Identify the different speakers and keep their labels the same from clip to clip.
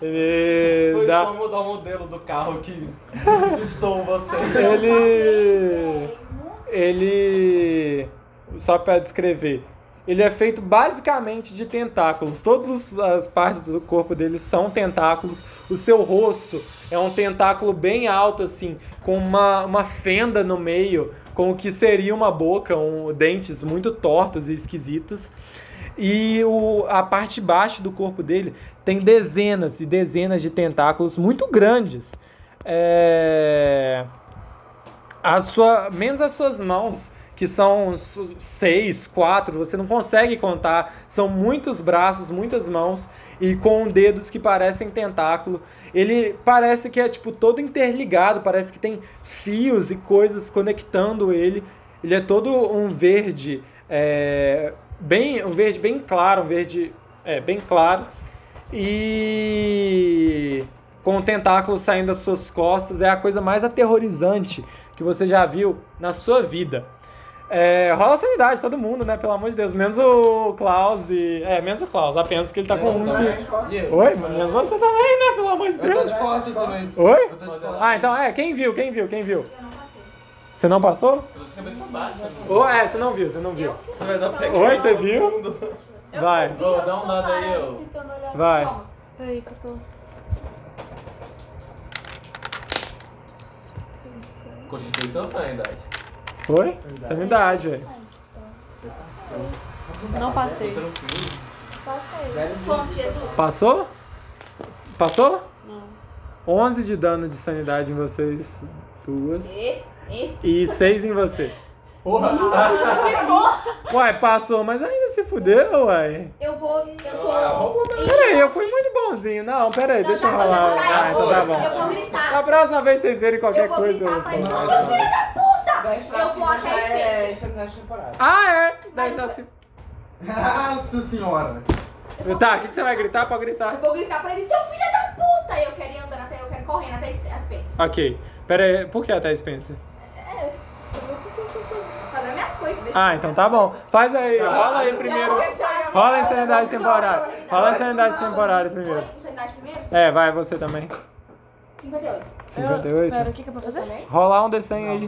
Speaker 1: Ele
Speaker 2: Foi
Speaker 1: dá.
Speaker 2: só mudar o modelo do carro que estou você.
Speaker 1: Ele. Ele. Só pra descrever. Ele é feito basicamente de tentáculos. Todas os- as partes do corpo dele são tentáculos. O seu rosto é um tentáculo bem alto, assim, com uma, uma fenda no meio, com o que seria uma boca, um, dentes muito tortos e esquisitos. E o, a parte de baixo do corpo dele tem dezenas e dezenas de tentáculos muito grandes. É a sua, menos as suas mãos, que são su- seis, quatro, você não consegue contar. São muitos braços, muitas mãos e com dedos que parecem tentáculo. Ele parece que é tipo todo interligado, parece que tem fios e coisas conectando ele. Ele é todo um verde, é, bem um verde bem claro, um verde é bem claro e com tentáculos saindo das suas costas é a coisa mais aterrorizante que você já viu na sua vida. É, rola a sanidade, todo mundo, né? Pelo amor de Deus. Menos o Klaus e. É, menos o Klaus, apenas que ele
Speaker 2: É,
Speaker 1: tá com um de. Oi, menos você também, né? Pelo amor de
Speaker 2: Eu tô
Speaker 1: Deus.
Speaker 2: de costas também.
Speaker 1: Oi?
Speaker 2: Eu tô de costas.
Speaker 1: Ah, então, é, quem viu, quem viu, quem viu?
Speaker 3: Eu não passei.
Speaker 1: Você não passou?
Speaker 2: Praticamente pra baixo. né?
Speaker 1: Ou é, você não viu, você não viu.
Speaker 3: Eu que
Speaker 2: Você vai dar
Speaker 3: tô-
Speaker 2: pé-
Speaker 1: Oi, você viu?
Speaker 3: Eu
Speaker 1: Vai.
Speaker 3: tô-
Speaker 4: Ô,
Speaker 3: eu
Speaker 4: dá um
Speaker 3: tô
Speaker 4: dado aí,
Speaker 3: parada,
Speaker 4: ô.
Speaker 3: tentando olhar pro
Speaker 1: Vai.
Speaker 3: chão.
Speaker 5: Peraí que eu tô.
Speaker 4: Constituição sanidade.
Speaker 1: Oi? Sanidade, velho.
Speaker 5: Não passei.
Speaker 4: Tranquilo.
Speaker 3: Passei.
Speaker 2: Sério?
Speaker 3: Bom, Jesus.
Speaker 1: Passou? Passou?
Speaker 5: Não.
Speaker 1: 11 de dano de sanidade em vocês duas.
Speaker 3: E, e.
Speaker 1: E 6 em você.
Speaker 2: Porra!
Speaker 1: Uai, passou, mas ainda se fudeu, uai.
Speaker 3: Eu vou. Eu
Speaker 2: É,
Speaker 4: Ah,
Speaker 3: tô. tá,
Speaker 4: roubou
Speaker 1: Peraí, eu fui muito bonzinho. Não, peraí,
Speaker 3: Não,
Speaker 1: deixa
Speaker 3: já
Speaker 1: eu
Speaker 3: foi,
Speaker 1: rolar.
Speaker 3: já foi.
Speaker 1: Ah, então tá
Speaker 3: Eu
Speaker 1: bom.
Speaker 3: vou gritar.
Speaker 1: Na próxima vez vocês verem qualquer
Speaker 3: Eu vou
Speaker 1: coisa,
Speaker 3: gritar
Speaker 1: eu
Speaker 3: pra
Speaker 1: sou.
Speaker 3: ele.
Speaker 6: Dez pra
Speaker 3: Eu vou
Speaker 6: cima
Speaker 3: até
Speaker 6: já é
Speaker 3: esquecer.
Speaker 6: sanidade temporária.
Speaker 1: Ah, é? Dez na ci-
Speaker 2: Nossa senhora!
Speaker 1: Tá, o que, que você vai gritar? Pode gritar.
Speaker 3: Eu vou gritar pra ele, seu filho da puta! E eu quero ir andando até, eu quero ir correndo até as peças.
Speaker 1: Ok. Peraí, por que a Thais pensa?
Speaker 3: Fazer minhas coisas, deixa
Speaker 1: Ah,
Speaker 3: eu-
Speaker 1: então tá bom. Faz aí,
Speaker 4: Ah,
Speaker 1: rola aí
Speaker 3: Eu
Speaker 1: primeiro.
Speaker 3: vou fazer-
Speaker 1: Rola a insanidade temporária. Rola a insanidade temporária primeiro.
Speaker 3: Oi, Insanidade primeiro?
Speaker 1: É, vai, você também.
Speaker 3: 58.
Speaker 5: Eu,
Speaker 1: 58?
Speaker 5: pera, o
Speaker 7: é
Speaker 5: que, que eu vou fazer?
Speaker 3: também?
Speaker 1: Rolar um desenho aí.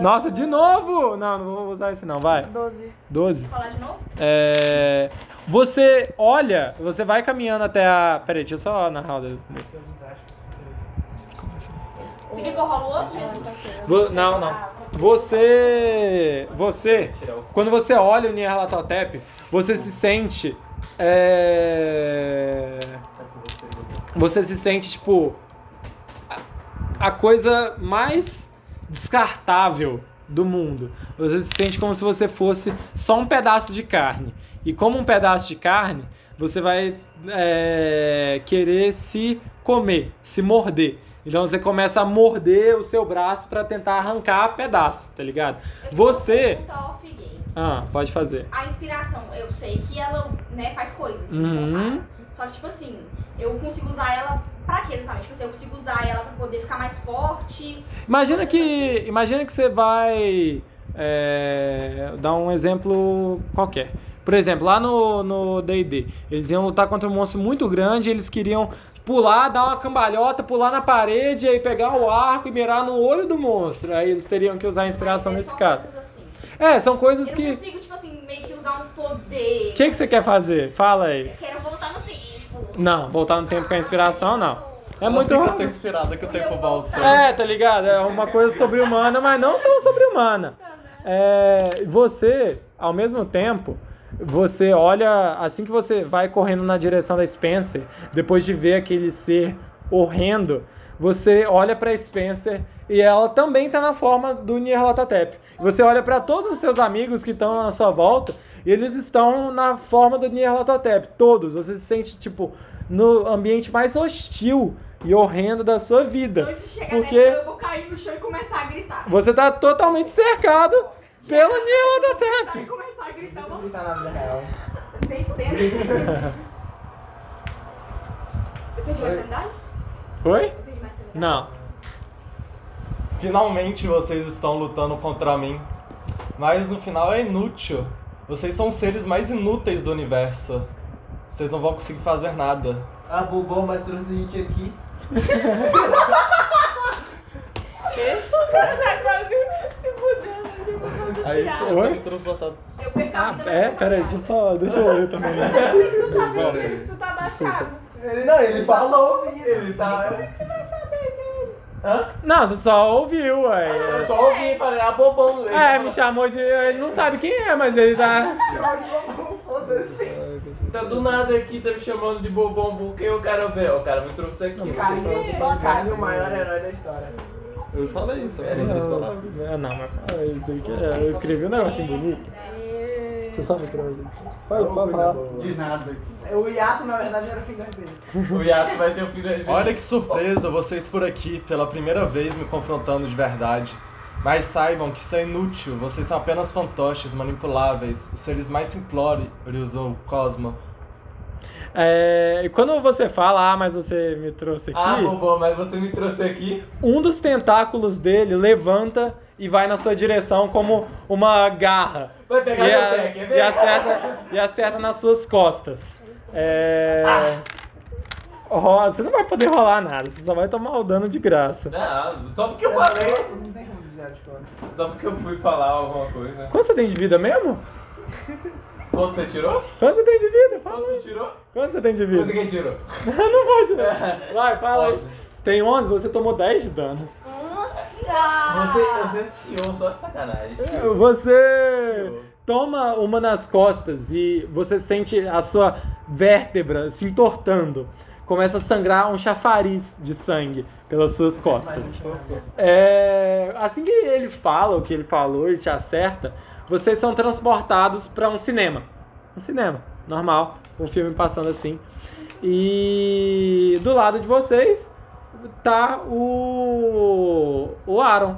Speaker 1: Nossa, de novo! Não, não vou usar esse não, vai.
Speaker 5: 12.
Speaker 1: 12.
Speaker 3: Falar de novo?
Speaker 1: É, Você olha, você vai caminhando até a. Peraí, deixa eu só narrar o dedo.
Speaker 3: Você quer que eu rolo outro, Jesus?
Speaker 1: Vo- Não, não. Você. Você.
Speaker 4: Tirar o
Speaker 1: Quando você olha o Nyarlathotep, você se sente. É... Você se sente, tipo. A, a coisa mais descartável do mundo. Você se sente como se você fosse só um pedaço de carne. E como um pedaço de carne, você vai é, querer se comer, se morder. Então você começa a morder o seu braço pra tentar arrancar pedaço, tá ligado?
Speaker 3: Eu tenho
Speaker 1: Você-
Speaker 3: uma pergunta Então, off game.
Speaker 1: Ah, pode fazer.
Speaker 3: A inspiração, eu sei que ela, né, faz coisas.
Speaker 1: Uhum.
Speaker 3: né, tá? Só que, tipo assim, eu consigo usar ela pra quê exatamente? Tipo assim, eu consigo usar ela pra poder ficar mais forte.
Speaker 1: Imagina que, imagina que você vai é, dar um exemplo qualquer. Por exemplo, lá no no D&D, eles iam lutar contra um monstro muito grande, eles queriam pular, dar uma cambalhota, pular na parede e pegar o arco e mirar no olho do monstro. Aí eles teriam que usar a inspiração
Speaker 3: Mas é
Speaker 1: nesse
Speaker 3: só
Speaker 1: caso.
Speaker 3: coisas assim.
Speaker 1: É, são coisas
Speaker 3: Eu
Speaker 1: que
Speaker 3: não consigo, tipo assim, meio que usar um poder.
Speaker 1: o que, que você quer fazer? Fala aí.
Speaker 3: Eu quero voltar no tempo.
Speaker 1: Não, voltar no tempo com a inspiração, não. É muito
Speaker 2: Eu tô inspirada que o tempo volta.
Speaker 1: É, tá ligado? É uma coisa sobre-humana, mas não tão sobre-humana. É, você, ao mesmo tempo, você olha, assim que você vai correndo na direção da Spencer, depois de ver aquele ser horrendo, você olha pra Spencer e ela também tá na forma do Nyarlathotep. Você olha pra todos os seus amigos que estão na sua volta e eles estão na forma do Nyarlathotep, todos. Você se sente, tipo, no ambiente mais hostil e horrendo da sua vida.
Speaker 3: Antes de chegar
Speaker 1: Porque-
Speaker 3: nela, eu vou cair no chão e começar a gritar.
Speaker 1: Você tá totalmente cercado pelo Nyarlathotep.
Speaker 3: Vai começar a gritar, eu vou...
Speaker 6: Não tá na vida real.
Speaker 3: Nem fudendo. Eu perdi mais sanidade?
Speaker 1: Oi?
Speaker 3: Eu perdi mais sanidade?
Speaker 1: Não.
Speaker 2: Finalmente vocês estão lutando contra mim. Mas no final é inútil. Vocês são os seres mais inúteis do universo. Vocês não vão conseguir fazer nada.
Speaker 4: Ah, bobão, mas trouxe a gente aqui.
Speaker 3: tá
Speaker 2: Aí
Speaker 5: Já.
Speaker 2: eu
Speaker 1: Oi?
Speaker 2: tenho transportado.
Speaker 3: Eu perco a
Speaker 1: Ah,
Speaker 3: vida. mas
Speaker 1: é?
Speaker 3: eu
Speaker 1: Peraí,
Speaker 3: vou
Speaker 1: deixa eu só. Deixa eu ler também. né?
Speaker 3: pagar.
Speaker 4: Bora aí.
Speaker 3: Tu tá baixado.
Speaker 4: Ele, não, ele passa a ouvir, ele tá. Hã?
Speaker 1: Não, você só ouviu,
Speaker 4: Eu
Speaker 2: É
Speaker 1: ué.
Speaker 4: só ouvi e falei, ah, bobão. ele
Speaker 1: É,
Speaker 4: fala,
Speaker 1: me chamou de. Ele não sabe quem é, mas ele tá.
Speaker 4: "Chama de bobão, foda-se. Tá do nada aqui, tá me chamando de bobão, porque o cara, velho, o cara me trouxe aqui.
Speaker 1: Não,
Speaker 4: Cara,
Speaker 1: mas você
Speaker 4: que- cara,
Speaker 1: tá-
Speaker 4: é o maior herói da história.
Speaker 2: Eu falei isso, eu
Speaker 1: né?
Speaker 2: falei três palavras.
Speaker 1: É, não, mas fala isso daqui. Eu escrevi um negocinho bonito. Você sabe o que é? Fala, fala, fala.
Speaker 8: De nada.
Speaker 9: O hiato, na verdade, era fim do RPG.
Speaker 4: O Iato vai ser o filho dele.
Speaker 2: Olha que surpresa vocês por aqui, pela primeira vez me confrontando de verdade. Mas saibam que isso é inútil, vocês são apenas fantoches manipuláveis, os seres mais simplórios do cosmo.
Speaker 1: É, e quando você fala, ah, mas você me trouxe aqui,
Speaker 4: Ah, bobão, mas você me trouxe aqui.
Speaker 1: um dos tentáculos dele levanta e vai na sua direção como uma garra.
Speaker 4: Vai
Speaker 1: E,
Speaker 4: pegar meu
Speaker 1: a-
Speaker 4: pé, quer
Speaker 1: e
Speaker 4: ver?
Speaker 1: acerta, e acerta nas suas costas. É. Ro- você não vai poder rolar nada, você só vai tomar o dano de graça.
Speaker 4: Ah, só porque eu falei.
Speaker 9: Vocês não tem como desviar de costas.
Speaker 4: Só porque eu fui falar alguma coisa.
Speaker 1: Quanto você tem de vida mesmo?
Speaker 4: Quanto você tirou?
Speaker 1: Quanto você tem de vida? Fala
Speaker 4: Quanto
Speaker 1: aí.
Speaker 4: você tirou?
Speaker 1: Quanto você tem de
Speaker 4: Quanto
Speaker 1: vida?
Speaker 4: que tirou?
Speaker 1: Não pode. né? Vai, fala aí.
Speaker 4: Onze.
Speaker 1: Você tem 11, você tomou 10 de dano.
Speaker 8: Ah.
Speaker 4: Você, você assistiu só de sacanagem.
Speaker 1: Você toma uma nas costas e você sente a sua vértebra se entortando. Começa a sangrar um chafariz de sangue pelas suas costas. É, assim que ele fala o que ele falou, ele te acerta, vocês são transportados para um cinema. Um cinema, normal, um filme passando assim. E do lado de vocês tá o o Aaron.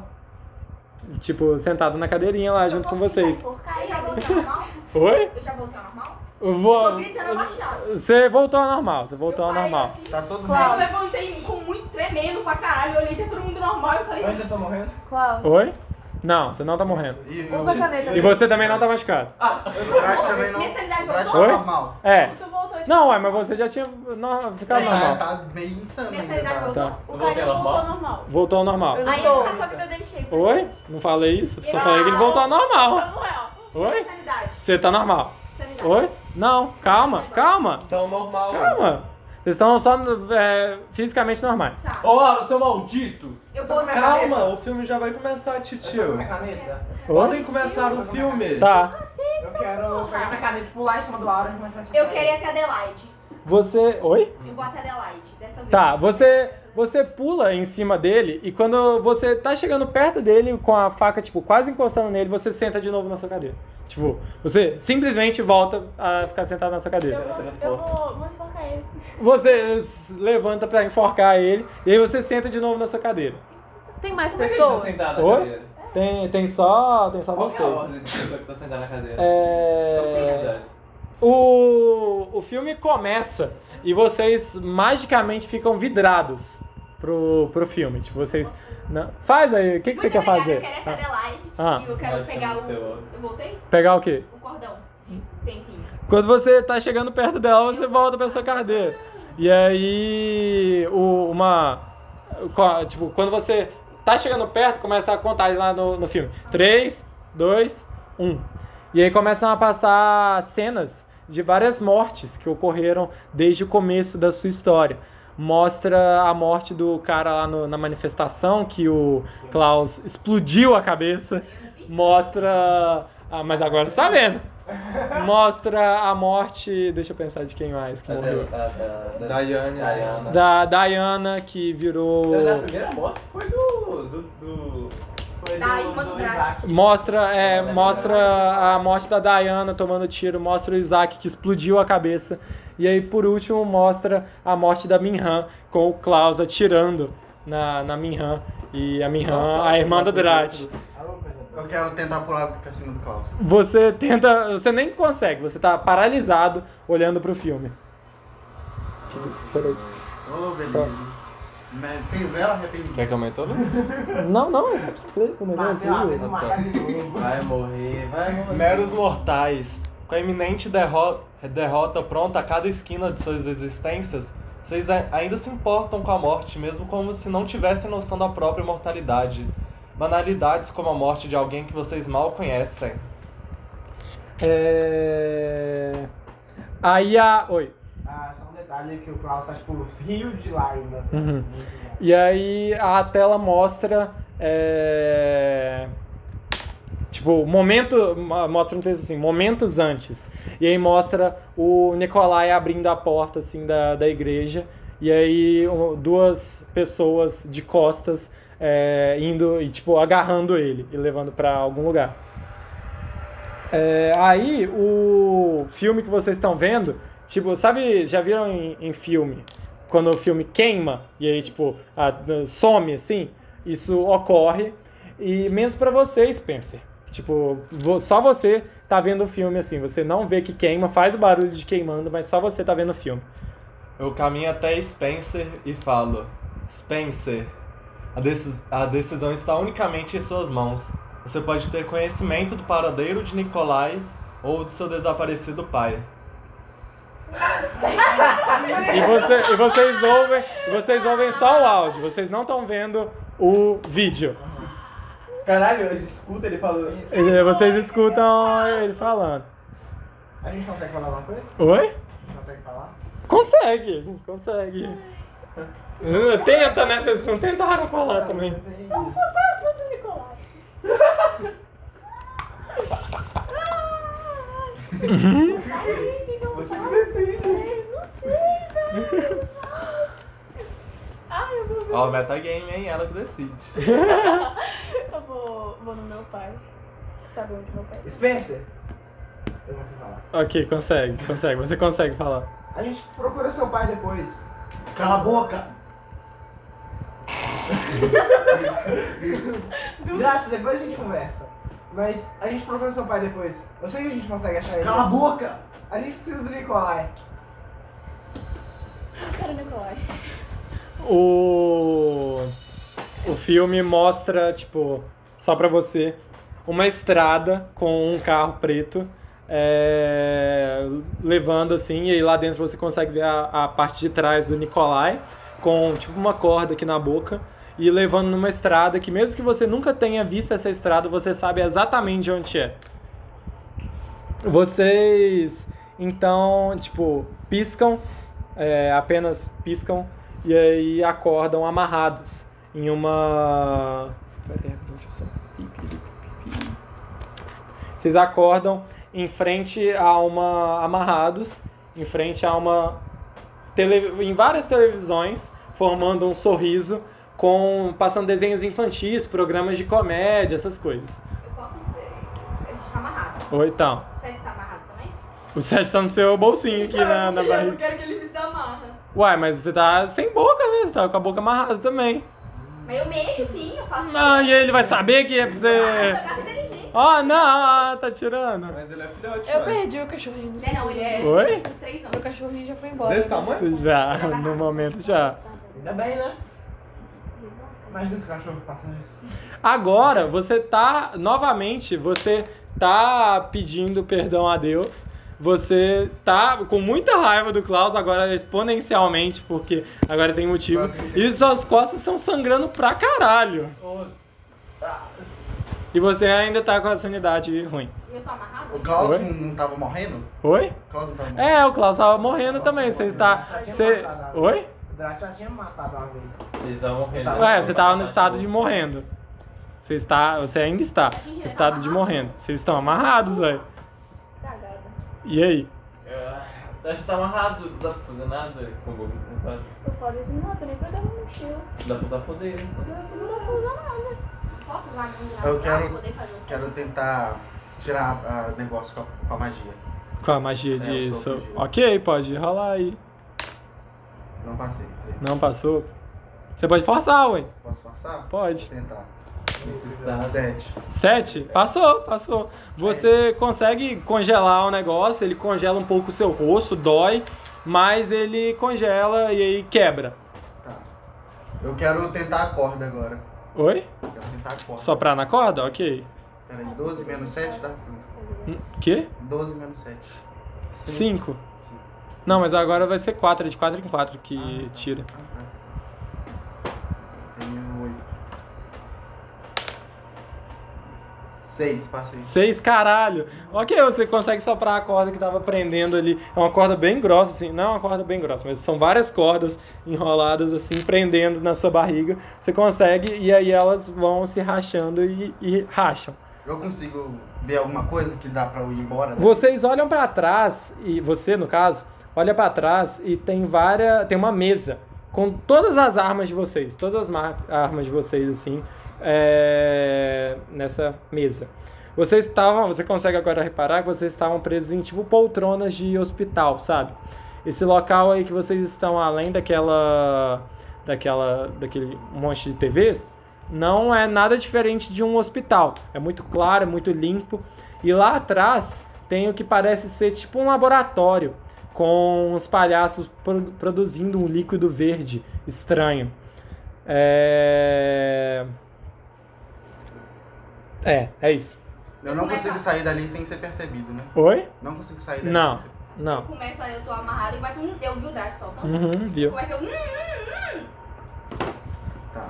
Speaker 1: Tipo, sentado na cadeirinha lá Tá junto com vocês.
Speaker 3: Tá, Eu já voltei ao normal?
Speaker 1: Oi?
Speaker 3: Eu já voltei ao normal?
Speaker 1: Eu
Speaker 3: Tô
Speaker 1: vou-
Speaker 3: gritando abaixado.
Speaker 1: Você voltou ao normal, você voltou
Speaker 3: tá Eu
Speaker 1: ao
Speaker 3: parei
Speaker 1: normal.
Speaker 3: assim,
Speaker 8: Tá todo
Speaker 3: Aí eu
Speaker 8: mundo.
Speaker 3: levantei com muito tremendo pra caralho, eu olhei tem todo mundo normal e falei,
Speaker 4: Eu já tô morrendo?
Speaker 3: assim.
Speaker 5: Cláudio,
Speaker 1: Oi? Não, você não tá morrendo.
Speaker 8: E,
Speaker 5: usa a caneta.
Speaker 1: E você também não tá machucado.
Speaker 3: Ah.
Speaker 8: o Drax também não.
Speaker 3: minha sanidade
Speaker 8: O Drax
Speaker 3: voltou?
Speaker 8: tá
Speaker 1: Oi?
Speaker 8: normal.
Speaker 1: É.
Speaker 5: Tu voltou de
Speaker 1: Não, ué, mas você já tinha no- ficado
Speaker 8: Tá,
Speaker 1: normal.
Speaker 8: tá bem insano
Speaker 3: minha
Speaker 8: ainda.
Speaker 3: sanidade
Speaker 8: Tá.
Speaker 3: voltou.
Speaker 1: Tá.
Speaker 5: O
Speaker 4: Eu
Speaker 5: cara
Speaker 4: voltei ao
Speaker 5: voltou ao
Speaker 4: normal.
Speaker 5: normal.
Speaker 1: Voltou ao normal.
Speaker 5: Eu não
Speaker 3: Aí
Speaker 5: tô
Speaker 3: ele tá com a
Speaker 5: ouvindo.
Speaker 3: vida dele cheia.
Speaker 1: Oi? Não falei isso? Só falei que ele voltou ao normal.
Speaker 5: Samuel.
Speaker 1: Oi?
Speaker 3: Sanidade,
Speaker 1: Você tá normal.
Speaker 3: sanidade.
Speaker 1: Oi? Não, calma, calma,
Speaker 2: Então normal.
Speaker 1: calma. Vocês estão só é, fisicamente normais.
Speaker 3: Tá.
Speaker 4: Ô, Aaron, seu maldito!
Speaker 3: Eu vou
Speaker 2: Calma, o filme já vai começar, titio.
Speaker 9: caneta?
Speaker 1: Oi?
Speaker 2: Podem começar o filme.
Speaker 1: Tá.
Speaker 9: Eu quero pegar minha caneta e pular em cima do Aura e começar a
Speaker 3: Eu quero ir até Adelaide.
Speaker 1: Você. Oi?
Speaker 3: Eu vou até Adelaide dessa vez.
Speaker 1: Tá, você você pula em cima dele e quando você tá chegando perto dele com a faca, tipo, quase encostando nele, você senta de novo na sua cadeira. Tipo, você simplesmente volta a ficar sentado na sua
Speaker 5: Eu
Speaker 1: cadeira.
Speaker 5: vou, eu vou, vou enforcar ele.
Speaker 1: Você s- levanta pra enforcar ele e aí você senta de novo na sua cadeira.
Speaker 5: Tem mais
Speaker 4: Por que ele tá
Speaker 5: pessoas?
Speaker 4: sentado na
Speaker 1: Oi?
Speaker 4: cadeira?
Speaker 1: Tem, tem só, tem só
Speaker 4: Qual que é a
Speaker 1: vocês.
Speaker 4: ordem de pessoa que tá sentada na cadeira? Só por
Speaker 1: É...
Speaker 4: curiosidade.
Speaker 1: O, o filme começa e vocês magicamente ficam vidrados pro, pro filme. Tipo, vocês. Não, faz aí, o que, que
Speaker 3: Muito
Speaker 1: você quer
Speaker 3: obrigada,
Speaker 1: fazer?
Speaker 3: Eu quero ir até Adelaide
Speaker 1: Ah.
Speaker 3: e eu quero
Speaker 4: Acho que
Speaker 3: pegar
Speaker 4: é muito
Speaker 3: o.
Speaker 4: bom.
Speaker 3: Eu voltei?
Speaker 1: Ah, pegar o quê?
Speaker 3: O cordão de tempinho.
Speaker 1: Quando você tá chegando perto dela, você volta pra sua cadeira. E aí, o- uma. co- Tipo, quando você tá chegando perto, começa a contagem lá no, no filme: 3, 2, 1. E aí começam a passar cenas de várias mortes que ocorreram desde o começo da sua história. Mostra a morte do cara lá no- na manifestação, que o Klaus explodiu a cabeça. Mostra. Ah, mas agora você tá vendo. Mostra a morte. Deixa eu pensar de quem mais que
Speaker 4: A
Speaker 1: morreu.
Speaker 4: da- a da- da-
Speaker 8: Daiane.
Speaker 4: Daiane.
Speaker 1: Da Diana, que virou.
Speaker 4: Eu, na primeira morte foi do. do. do. Foi
Speaker 3: Da irmã do Drax.
Speaker 4: Isaac.
Speaker 1: Mostra, é, mostra a morte da Diana tomando tiro, mostra o Isaac que explodiu a cabeça. E aí, por último, mostra a morte da Minhan com o Klaus atirando na, na Minhan. E a Minhan, a irmã do Drat.
Speaker 8: Eu quero tentar pular pra cima do Klaus.
Speaker 1: Você tenta. Você nem consegue, você tá paralisado olhando pro filme. Peraí.
Speaker 8: Ô, beleza. Né, Sem zero arrependimento.
Speaker 2: Quer que aumente a luz?
Speaker 1: Não, não, é só pra escrever um
Speaker 9: Mas
Speaker 1: negócio
Speaker 9: sei lá,
Speaker 1: aí.
Speaker 9: fez uma marca de novo.
Speaker 4: Vai morrer, vai morrer.
Speaker 2: Meros mortais, com a iminente derro- derrota pronta a cada esquina de suas existências, Vocês a- ainda se importam com a morte, mesmo como se não tivessem noção da própria mortalidade. Banalidades como a morte de alguém que vocês mal conhecem.
Speaker 1: É... Aí a. Oi.
Speaker 9: Ah, só um detalhe que o Klaus tá, tipo, rio de lágrimas.
Speaker 1: Uhum.
Speaker 9: Muito bom.
Speaker 1: E aí a tela mostra. é, Tipo, momento. mo- Mostra um texto assim, momentos antes. E aí mostra o Nicolai abrindo a porta assim da, da igreja. E aí o- duas pessoas de costas é, indo e tipo agarrando ele e levando pra algum lugar. É, aí o filme que vocês estão vendo, tipo, sabe, já viram em- em filme quando o filme queima e aí tipo a- some assim isso ocorre e menos pra você Spencer tipo vo- só você tá vendo o filme assim você não vê que queima faz o barulho de queimando mas só você tá vendo o filme
Speaker 2: Eu caminho até Spencer e falo: Spencer, a, decis- a decisão está unicamente em suas mãos. Você pode ter conhecimento do paradeiro de Nikolai ou do seu desaparecido pai.
Speaker 1: e, você- e vocês ouvem e vocês ouvem só o áudio vocês não estão vendo o vídeo
Speaker 4: Caralho, a gente escuta ele falando isso.
Speaker 1: E vocês escutam ele falando
Speaker 9: A gente consegue falar alguma coisa?
Speaker 1: oi
Speaker 9: A gente consegue falar?
Speaker 1: consegue consegue tenta né vocês não tentaram falar também
Speaker 5: Eu sou próxima do Nicolás.
Speaker 9: Você que decide.
Speaker 5: Ai, eu vou ver.
Speaker 2: Ó, o metagame, hein? Ela que decide.
Speaker 5: Eu vou, vou no meu pai. Sabe onde meu pai?
Speaker 9: Spencer, eu consigo falar.
Speaker 1: Ok, consegue, consegue, você consegue falar.
Speaker 9: A gente procura seu pai depois.
Speaker 8: Cala a boca!
Speaker 9: Graça, depois a gente conversa. Mas a gente procura seu pai depois. Eu sei que a gente consegue achar ele.
Speaker 8: Cala a boca!
Speaker 9: A gente precisa do Nicolai.
Speaker 5: Eu quero Nicolás.
Speaker 1: O o filme mostra, tipo, só pra você, uma estrada com um carro preto é, levando assim, e aí lá dentro você consegue ver a, a parte de trás do Nicolai com tipo uma corda aqui na boca e levando numa estrada que mesmo que você nunca tenha visto essa estrada, você sabe exatamente onde é. Vocês então, tipo, piscam, é, apenas piscam e aí acordam amarrados em uma. Pera aí, rapidinho, deixa eu só- pi, pi, pi, pi, pi. Vocês acordam em frente a uma. amarrados, em frente a uma. Tele... em várias televisões, formando um sorriso, com passando desenhos infantis, programas de comédia, essas coisas.
Speaker 3: Eu posso ver. A gente tá amarrado.
Speaker 1: Ou então,
Speaker 3: O Sérgio tá amarrado também?
Speaker 1: o Sérgio tá no seu bolsinho aqui na, na
Speaker 3: Eu não
Speaker 1: barriga.
Speaker 3: quero que ele me desamarra.
Speaker 1: Uai, mas você tá sem boca, né? Você tá com a boca amarrada também.
Speaker 3: Mas eu mexo sim, eu faço.
Speaker 1: Não, e ele vai saber que é pra
Speaker 3: Ah,
Speaker 1: você.
Speaker 3: eu gasto inteligência.
Speaker 1: Ah, não, ah, tá tirando.
Speaker 2: Mas ele é filhote,
Speaker 7: Eu perdi o cachorrinho do
Speaker 3: Não, não, ele é
Speaker 1: Oi?
Speaker 3: uns três
Speaker 7: Meu
Speaker 3: anos.
Speaker 7: cachorrinho já foi embora.
Speaker 2: tamanho?
Speaker 1: Já, no momento já.
Speaker 9: Ainda bem, né? Imagina os cachorros passando isso.
Speaker 1: Agora, você tá, novamente, você tá pedindo perdão a Deus. Você tá com muita raiva do Klaus agora exponencialmente, porque agora tem motivo. E suas costas estão sangrando pra caralho. E você ainda tá com a sanidade ruim.
Speaker 3: Eu tô amarrado?
Speaker 8: O Klaus
Speaker 1: Oi?
Speaker 8: não, não tava morrendo?
Speaker 1: Oi?
Speaker 8: O Klaus não tava morrendo?
Speaker 1: É, o Klaus tava morrendo também. Você está. Você. Oi?
Speaker 9: O Drat já tinha matado uma vez.
Speaker 4: Vocês estão morrendo. né?
Speaker 1: Ué, Ah, você tava no estado de morrendo. Você está. Você ainda está. no Estado de morrendo. Vocês estão amarrados, velho.
Speaker 5: Cagada.
Speaker 1: E aí?
Speaker 4: Ah, A gente tá amarrado, não dá pra fazer nada com o Gomes. Não dá-
Speaker 5: Eu falei que não, tô nem pra dar um mochila.
Speaker 4: não dá pra usar poder. né?
Speaker 5: Não dá pra usar nada.
Speaker 3: Posso usar a minha
Speaker 8: Eu
Speaker 3: pra
Speaker 8: quero-
Speaker 3: poder fazer um os
Speaker 8: Quero tentar tirar o negócio com a, com a magia.
Speaker 1: Com a magia
Speaker 8: É, eu
Speaker 1: disso.
Speaker 8: sou magia.
Speaker 1: Ok, pode rolar aí.
Speaker 8: Não passei. peraí.
Speaker 1: Não passou? Você pode forçar, ué.
Speaker 8: Posso passar?
Speaker 1: Pode.
Speaker 8: Vou tentar.
Speaker 4: Nesse estado.
Speaker 8: Sete.
Speaker 1: Sete? Passou, passou. Você consegue congelar o negócio, ele congela um pouco o seu rosto, dói, mas ele congela e aí quebra.
Speaker 8: Tá. Eu quero tentar a corda agora.
Speaker 1: Oi?
Speaker 8: Eu quero tentar a corda.
Speaker 1: Soprar na corda? Ok.
Speaker 8: Peraí, 12 menos 7 dá
Speaker 1: Quê?
Speaker 8: 12 menos 7.
Speaker 1: Cinco. Não, mas agora vai ser 4, é de 4 em 4
Speaker 8: Ah,
Speaker 1: que
Speaker 8: tá.
Speaker 1: tira.
Speaker 8: Tenho tá. um oito. Seis, passei.
Speaker 1: 6, caralho. Ok, você consegue soprar a corda que tava prendendo ali. É uma corda bem grossa, assim. Não é uma corda bem grossa, mas são várias cordas enroladas, assim, prendendo na sua barriga. Você consegue, e aí elas vão se rachando e, e racham.
Speaker 8: Eu consigo ver alguma coisa que dá pra eu ir embora?
Speaker 1: Vocês olham pra trás, e você, no caso, olha pra trás e tem várias. Tem uma mesa com todas as armas de vocês, todas as mar- armas de vocês, assim, é, nessa mesa. Vocês estavam, você consegue agora reparar que vocês estavam presos em tipo poltronas de hospital, sabe? Esse local aí que vocês estão além daquela daquela daquele monte de TVs, não é nada diferente de um hospital. É muito claro, é muito limpo. E lá atrás tem o que parece ser tipo um laboratório com os palhaços pro- produzindo um líquido verde estranho. É. É, é isso.
Speaker 8: Eu não consigo sair dali sem ser percebido, né?
Speaker 1: Oi?
Speaker 8: Não consigo sair dali.
Speaker 1: Não.
Speaker 8: Sem ser...
Speaker 1: Não.
Speaker 3: Começa, eu tô amarrado e começa um. Eu vi o Draco soltando.
Speaker 1: Uhum, viu?
Speaker 3: Começa eu. Hum,
Speaker 8: Tá.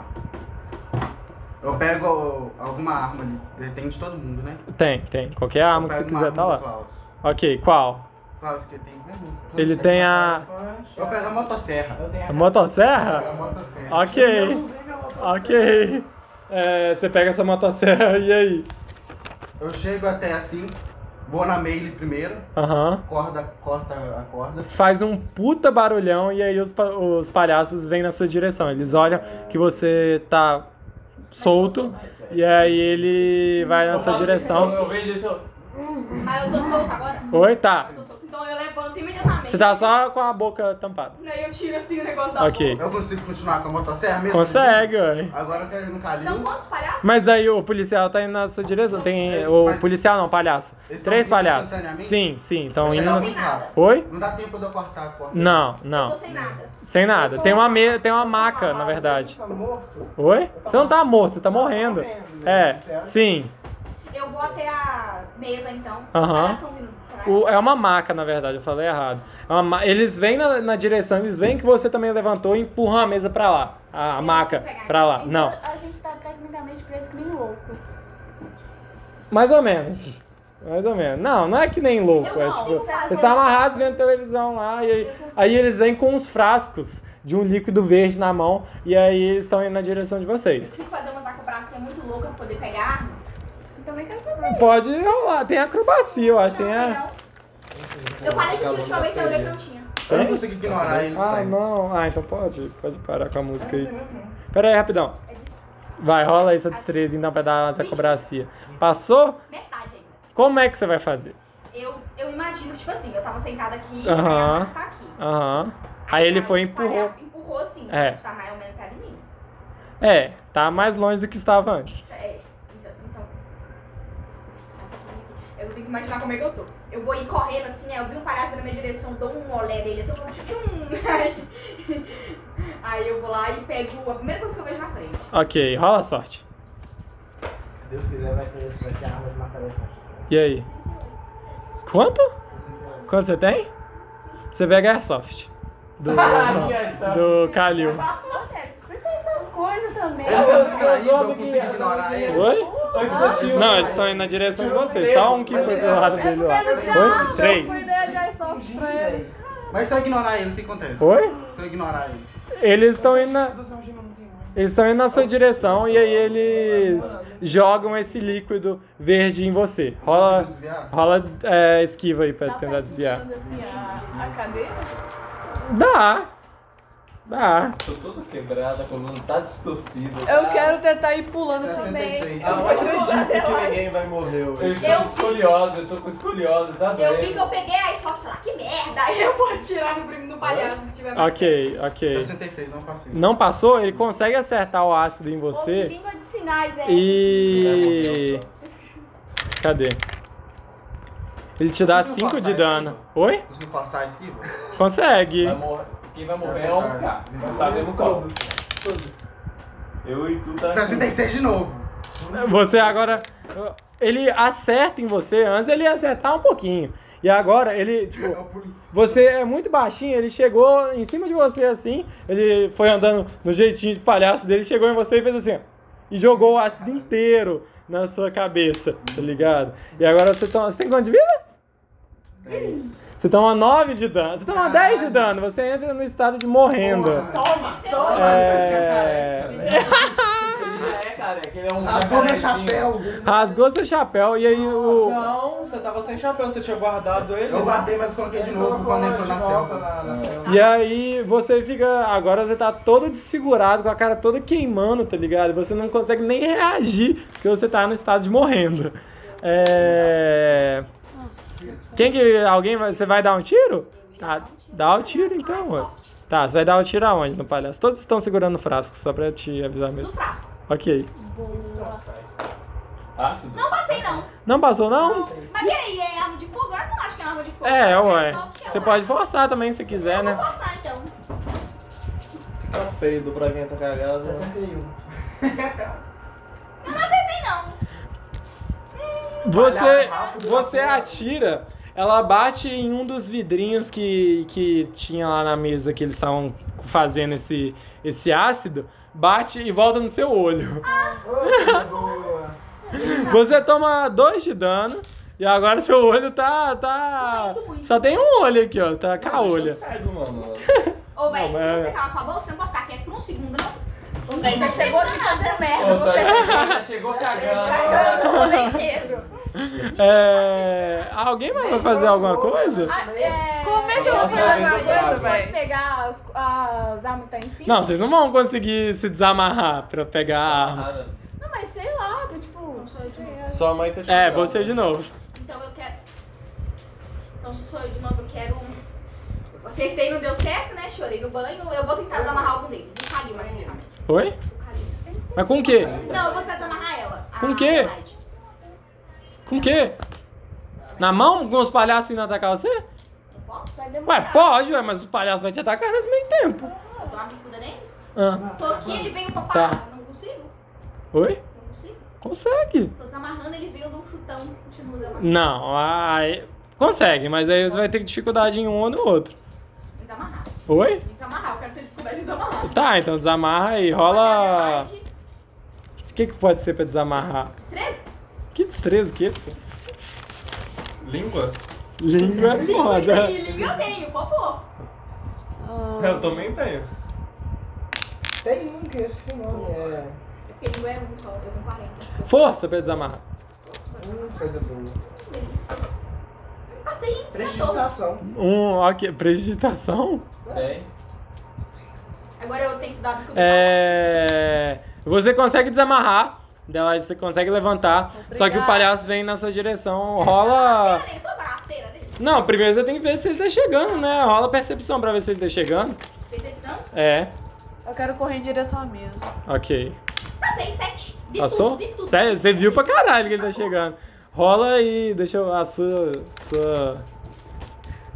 Speaker 8: Eu pego alguma arma ali. Tem de todo mundo, né?
Speaker 1: Tem, tem. Qualquer arma
Speaker 8: Eu
Speaker 1: que você
Speaker 8: pego uma
Speaker 1: quiser tá
Speaker 8: arma do
Speaker 1: lá.
Speaker 8: Klaus.
Speaker 1: Ok, qual?
Speaker 8: Klaus, que ele tem. né?
Speaker 1: Ele tem a.
Speaker 8: Eu pego a motosserra.
Speaker 9: Eu tenho
Speaker 1: a
Speaker 8: Eu
Speaker 1: motosserra?
Speaker 8: pego a motosserra.
Speaker 9: Eu
Speaker 1: Ok,
Speaker 9: não usei minha motosserra.
Speaker 1: ok. É, você pega essa motosserra e aí?
Speaker 8: Eu chego até assim, vou na Meile primeiro,
Speaker 1: Aham.
Speaker 8: corda, corta a corda.
Speaker 1: faz um puta barulhão e aí os, pa- os palhaços vêm na sua direção. Eles olham que você tá solto e aí ele vai na sua direção.
Speaker 4: Eu vejo isso.
Speaker 3: Mas eu tô solto agora.
Speaker 1: Oi, tá.
Speaker 3: Eu tô solto. Então eu levanto imediatamente.
Speaker 1: Você tá só com a boca tampada.
Speaker 3: Aí eu tiro assim o negócio da
Speaker 1: Ok.
Speaker 3: boca.
Speaker 8: Eu consigo continuar com a motosserra mesmo?
Speaker 1: Consegue, ué.
Speaker 8: Agora eu quero ir no
Speaker 3: São
Speaker 8: Calil.
Speaker 3: quantos palhaços?
Speaker 1: Mas aí o policial tá indo na sua direção. Tem. O
Speaker 8: É, Mas-
Speaker 1: policial não, palhaço.
Speaker 8: Eles tão
Speaker 1: Três
Speaker 8: vindo
Speaker 1: palhaços.
Speaker 8: instantaneamente?
Speaker 1: Sim, sim. Então
Speaker 8: Vai
Speaker 1: indo.
Speaker 8: chegar
Speaker 1: na-
Speaker 3: Sem
Speaker 8: muito
Speaker 3: nada.
Speaker 8: rápido.
Speaker 1: Oi?
Speaker 8: Não dá tempo de eu cortar a corda.
Speaker 1: Não,
Speaker 3: Eu tô
Speaker 1: não.
Speaker 3: sem nada.
Speaker 1: Sem nada. Tem uma, me... Tem uma maca, na verdade.
Speaker 9: Tá morto?
Speaker 1: Oi? Você não tá morto, você tá morrendo. É, sim.
Speaker 3: Eu vou até a mesa então.
Speaker 1: Aham.
Speaker 3: Elas tão vindo pra cá.
Speaker 1: O- é uma maca, na verdade, eu falei errado. É uma ma- Eles vêm na, na direção, eles veem que você também levantou e empurram a mesa pra lá. A, a maca pra lá.
Speaker 5: Então,
Speaker 1: Não.
Speaker 5: A gente tá tecnicamente preso que nem louco.
Speaker 1: Mais ou menos. Mais ou menos. Não, não é que nem louco.
Speaker 3: Eu
Speaker 1: É
Speaker 3: não,
Speaker 1: tipo,
Speaker 3: eu vou fazer-
Speaker 1: eles estão amarrados vendo televisão lá e aí, aí eles vêm com uns frascos de um líquido verde na mão e aí eles estão indo na direção de
Speaker 3: Eu
Speaker 1: vocês.
Speaker 3: tive que fazer umas acrobacias muito loucas pra poder pegar a arma.
Speaker 5: Também quero fazer.
Speaker 1: Pode rolar, tem acrobacia, eu acho.
Speaker 3: Não,
Speaker 1: Tem a...
Speaker 3: não. Eu falei que tinha última vez que eu olhei que não tinha.
Speaker 8: Eu não consigo ignorar ele.
Speaker 1: Ah,
Speaker 8: sabe?
Speaker 1: não. Ah, então pode, pode parar com a música aí. Pera aí, rapidão. Vai, rola aí sua destreza então pra dar essa acrobacia. Passou?
Speaker 3: Metade ainda.
Speaker 1: Como é que você vai fazer?
Speaker 3: Eu, eu imagino que, tipo assim, eu tava sentada aqui e
Speaker 1: Aham.
Speaker 3: a tá aqui.
Speaker 1: Aham. Aí ele foi e empurrou.
Speaker 3: Palhaço Empurrou assim.
Speaker 1: É.
Speaker 3: Tá mais ou menos perto de mim.
Speaker 1: É, tá mais longe do que estava antes.
Speaker 3: É. Então. então- Eu tenho que imaginar como é que eu tô. Eu vou ir correndo assim, aí eu vi um palhaço na minha direção, dou um olé nele, assim, eu vou tchum. Aí, aí eu vou lá e pego a primeira coisa que eu vejo na frente.
Speaker 1: Ok, rola a sorte.
Speaker 9: Se Deus quiser, vai ter vai ser a arma de matar os
Speaker 1: E aí? Quanto? Quanto você tem? Você pega airsoft. Do, do Kalil.
Speaker 5: Você tem essas coisas também.
Speaker 8: Eles estão distraídos,
Speaker 4: Eu
Speaker 8: eu
Speaker 4: não
Speaker 8: consigo ignorar ele.
Speaker 1: Oi?
Speaker 4: Antes eu tinha.
Speaker 1: Não, eles estão indo na direção de vocês. Só um que foi pro lado
Speaker 5: É
Speaker 1: dele
Speaker 5: porque
Speaker 1: lá.
Speaker 5: ele já
Speaker 1: Oi?
Speaker 5: deu
Speaker 1: Três.
Speaker 5: uma ideia de iSoft pra ele.
Speaker 8: Mas se eu ignorar ele, o que acontece?
Speaker 1: Oi?
Speaker 8: Se eu ignorar ele.
Speaker 1: Eles estão indo na...
Speaker 9: não tem mais.
Speaker 1: Eles estão indo na sua direção e aí eles jogam esse líquido verde em você.
Speaker 8: Consigo
Speaker 1: Rola,
Speaker 8: desviar?
Speaker 1: rola é, esquiva aí pra
Speaker 5: Dá pra
Speaker 1: tentar
Speaker 5: ir
Speaker 1: desviar.
Speaker 5: puxando Tá assim a, a cadeira?
Speaker 1: Dá! Dá.
Speaker 4: Tô toda quebrada, a coluna tá distorcida.
Speaker 5: Eu
Speaker 4: tá?
Speaker 5: quero tentar ir pulando também.
Speaker 8: 66.
Speaker 2: Eu não acredito que ninguém vai morrer
Speaker 4: Eu
Speaker 2: hoje.
Speaker 4: estou
Speaker 3: Eu
Speaker 4: com escoliose, eu tô com escoliose, tá
Speaker 3: Eu vi
Speaker 4: doendo.
Speaker 3: que eu peguei, aí só falar que merda, é aí eu vou atirar no primo do palhaço que
Speaker 1: Ah,
Speaker 3: tiver mais
Speaker 1: Ok, ok.
Speaker 8: 66, não passei.
Speaker 1: Não passou? Ele consegue acertar o ácido em
Speaker 5: Pô, que
Speaker 1: você
Speaker 5: língua de sinais é
Speaker 1: e. Cadê? Ele te dá 5 de dano. Oi?
Speaker 8: Consigo passar a esquiva?
Speaker 1: Consegue.
Speaker 4: Vai morrer. Quem vai morrer é o cara. Nós sabemos qual.
Speaker 9: Todos.
Speaker 4: Eu e tu tá.
Speaker 8: 66 de novo.
Speaker 1: Você agora. Ele acerta em você, antes ele ia acertar um pouquinho. E agora ele,
Speaker 8: É
Speaker 1: tipo,
Speaker 8: o polícia.
Speaker 1: você é muito baixinho, ele chegou em cima de você assim, ele foi andando no jeitinho de palhaço dele, chegou em você e fez assim, ó, e jogou o ácido inteiro na sua cabeça, tá ligado? E agora você toma. Você tem quanto de vida? Você toma 9 de dano. Você toma 10 de dano, você entra no estado de morrendo.
Speaker 4: Toma,
Speaker 3: Você
Speaker 4: toma!
Speaker 1: É.
Speaker 4: Ele vai ficar careca, velho. Ele já é careca, ele é um
Speaker 8: Rasgou meu
Speaker 4: carequinho.
Speaker 8: chapéu.
Speaker 1: Rasgou seu chapéu e aí o.
Speaker 2: Não, você tava sem chapéu, você tinha guardado ele.
Speaker 8: Eu guardei, mas coloquei de novo quando entrou na selva.
Speaker 9: selva.
Speaker 1: E aí você fica. Agora você tá todo desfigurado, com a cara toda queimando, tá ligado? Você não consegue nem reagir, porque você tá no estado de morrendo. É. Quem que. Alguém vai. Você vai dar um tiro? Tá, dá o tiro então, ué. Tá, você vai dar o tiro aonde no palhaço? Todos estão segurando o frasco, só pra te avisar
Speaker 3: No
Speaker 1: mesmo.
Speaker 3: frasco.
Speaker 1: Ok.
Speaker 5: Boa.
Speaker 4: Ácido?
Speaker 3: Não passei, não.
Speaker 1: Não passou, não?
Speaker 3: Mas peraí, é arma de fogo? Agora eu não acho que é arma de fogo.
Speaker 1: É, ué. Você
Speaker 3: Você
Speaker 1: pode forçar também se quiser,
Speaker 3: Eu
Speaker 1: né?
Speaker 3: vou forçar, então.
Speaker 2: Fica feio do Braguinha tá cagado. né?
Speaker 9: 71.
Speaker 3: Tem não.
Speaker 1: Você, você atira, ela bate em um dos vidrinhos que, que tinha lá na mesa que eles estavam fazendo esse, esse ácido, bate e volta no seu olho.
Speaker 9: Ô, coisa boa.
Speaker 3: Ah.
Speaker 1: Você toma dois de dano e agora seu olho tá. tá.
Speaker 3: Doendo muito.
Speaker 1: Só tem um olho aqui, ó. Tá com a
Speaker 2: Eu
Speaker 1: olha.
Speaker 2: cego, mano.
Speaker 3: Ô, velho,
Speaker 1: Não, mas- é-
Speaker 3: você calar sua boca, você não pode ficar quieto por um segundo, não.
Speaker 6: O Ney já chegou de fazer merda.
Speaker 4: Ô,
Speaker 5: É,
Speaker 6: Você
Speaker 4: Tony, já chegou
Speaker 2: Tá,
Speaker 4: cagando.
Speaker 6: cagando o rolê inteiro.
Speaker 1: É. Alguém mais vai fazer alguma coisa?
Speaker 5: Ah, é...
Speaker 6: Como é
Speaker 5: que eu vou fazer
Speaker 4: alguma coisa,
Speaker 5: Pode
Speaker 4: véi?
Speaker 5: pegar as, as armas que tá em cima?
Speaker 1: Não, vocês não vão conseguir se desamarrar pra pegar a
Speaker 3: Ah,
Speaker 1: arma.
Speaker 5: Não, mas sei lá, tipo...
Speaker 2: Sua mãe tá chegando.
Speaker 1: É, você de novo.
Speaker 3: Então eu quero. Então se sou eu de novo, eu quero um. Eu Acertei, não deu certo, né? Chorei no banho. Eu vou tentar desamarrar algum deles. O Kalil, mais especificamente.
Speaker 1: Oi?
Speaker 3: O Kalil.
Speaker 1: Mas com o quê?
Speaker 3: Não, eu vou tentar desamarrar ela.
Speaker 1: Com
Speaker 3: o
Speaker 1: o quê? Com o quê? Na mão? Com os palhaços indo atacar você?
Speaker 3: Não posso?
Speaker 1: Ué, pode, ué, mas os palhaços vão te atacar nesse meio tempo.
Speaker 3: Eu dou uma bicuda neles?
Speaker 1: Ah,
Speaker 3: Tô aqui, ele veio topar.
Speaker 1: Tá.
Speaker 3: Não consigo?
Speaker 1: oi?
Speaker 3: Não consigo?
Speaker 1: Consegue.
Speaker 3: Tô desamarrando, ele veio, eu dou um chutão. Continua
Speaker 1: Hum.
Speaker 3: desamarrando.
Speaker 1: Não, aí... Consegue, mas aí você vai ter dificuldade em um ou no outro.
Speaker 3: Desamarrar.
Speaker 1: Oi?
Speaker 3: Desamarrar, eu quero ter dificuldade de desamarrar.
Speaker 1: Tá, então desamarra aí. Rola... O que, que pode ser pra desamarrar?
Speaker 3: Os 13?
Speaker 1: Que destreza que é isso?
Speaker 2: Língua?
Speaker 1: Língua é
Speaker 3: Língua, isso
Speaker 1: foda.
Speaker 3: aí, língua eu tenho, por favor.
Speaker 2: Eu também tenho.
Speaker 9: Tem um que esse nome é.
Speaker 3: Porque língua é um só, eu tenho 40.
Speaker 1: Força pra desamarrar.
Speaker 9: Hum, coisa boa.
Speaker 3: Que delícia. Passei em 14.
Speaker 9: Prestidigitação.
Speaker 1: Um, ok, prejuditação?
Speaker 4: Tem.
Speaker 3: Agora eu tenho que dar bicuda.
Speaker 1: É. Você consegue desamarrar. Dela, você consegue levantar. Só que o
Speaker 5: Obrigada.
Speaker 1: palhaço vem na sua direção.
Speaker 3: Fala. assim, "Ah,
Speaker 1: Rola.
Speaker 3: Tô na feira dele.
Speaker 1: Não, primeiro você tem que ver se ele tá chegando, né? Rola percepção pra ver se ele tá chegando.
Speaker 3: Percepção?
Speaker 1: É,
Speaker 5: Ah, Eu quero correr em direção à mesa.
Speaker 1: ok.
Speaker 3: Passei, 7. Tá Vi
Speaker 1: Passou?
Speaker 3: tudo, vi tudo.
Speaker 1: Sério, você viu pra caralho que ele tá chegando. Rola e deixa eu- a sua. sua...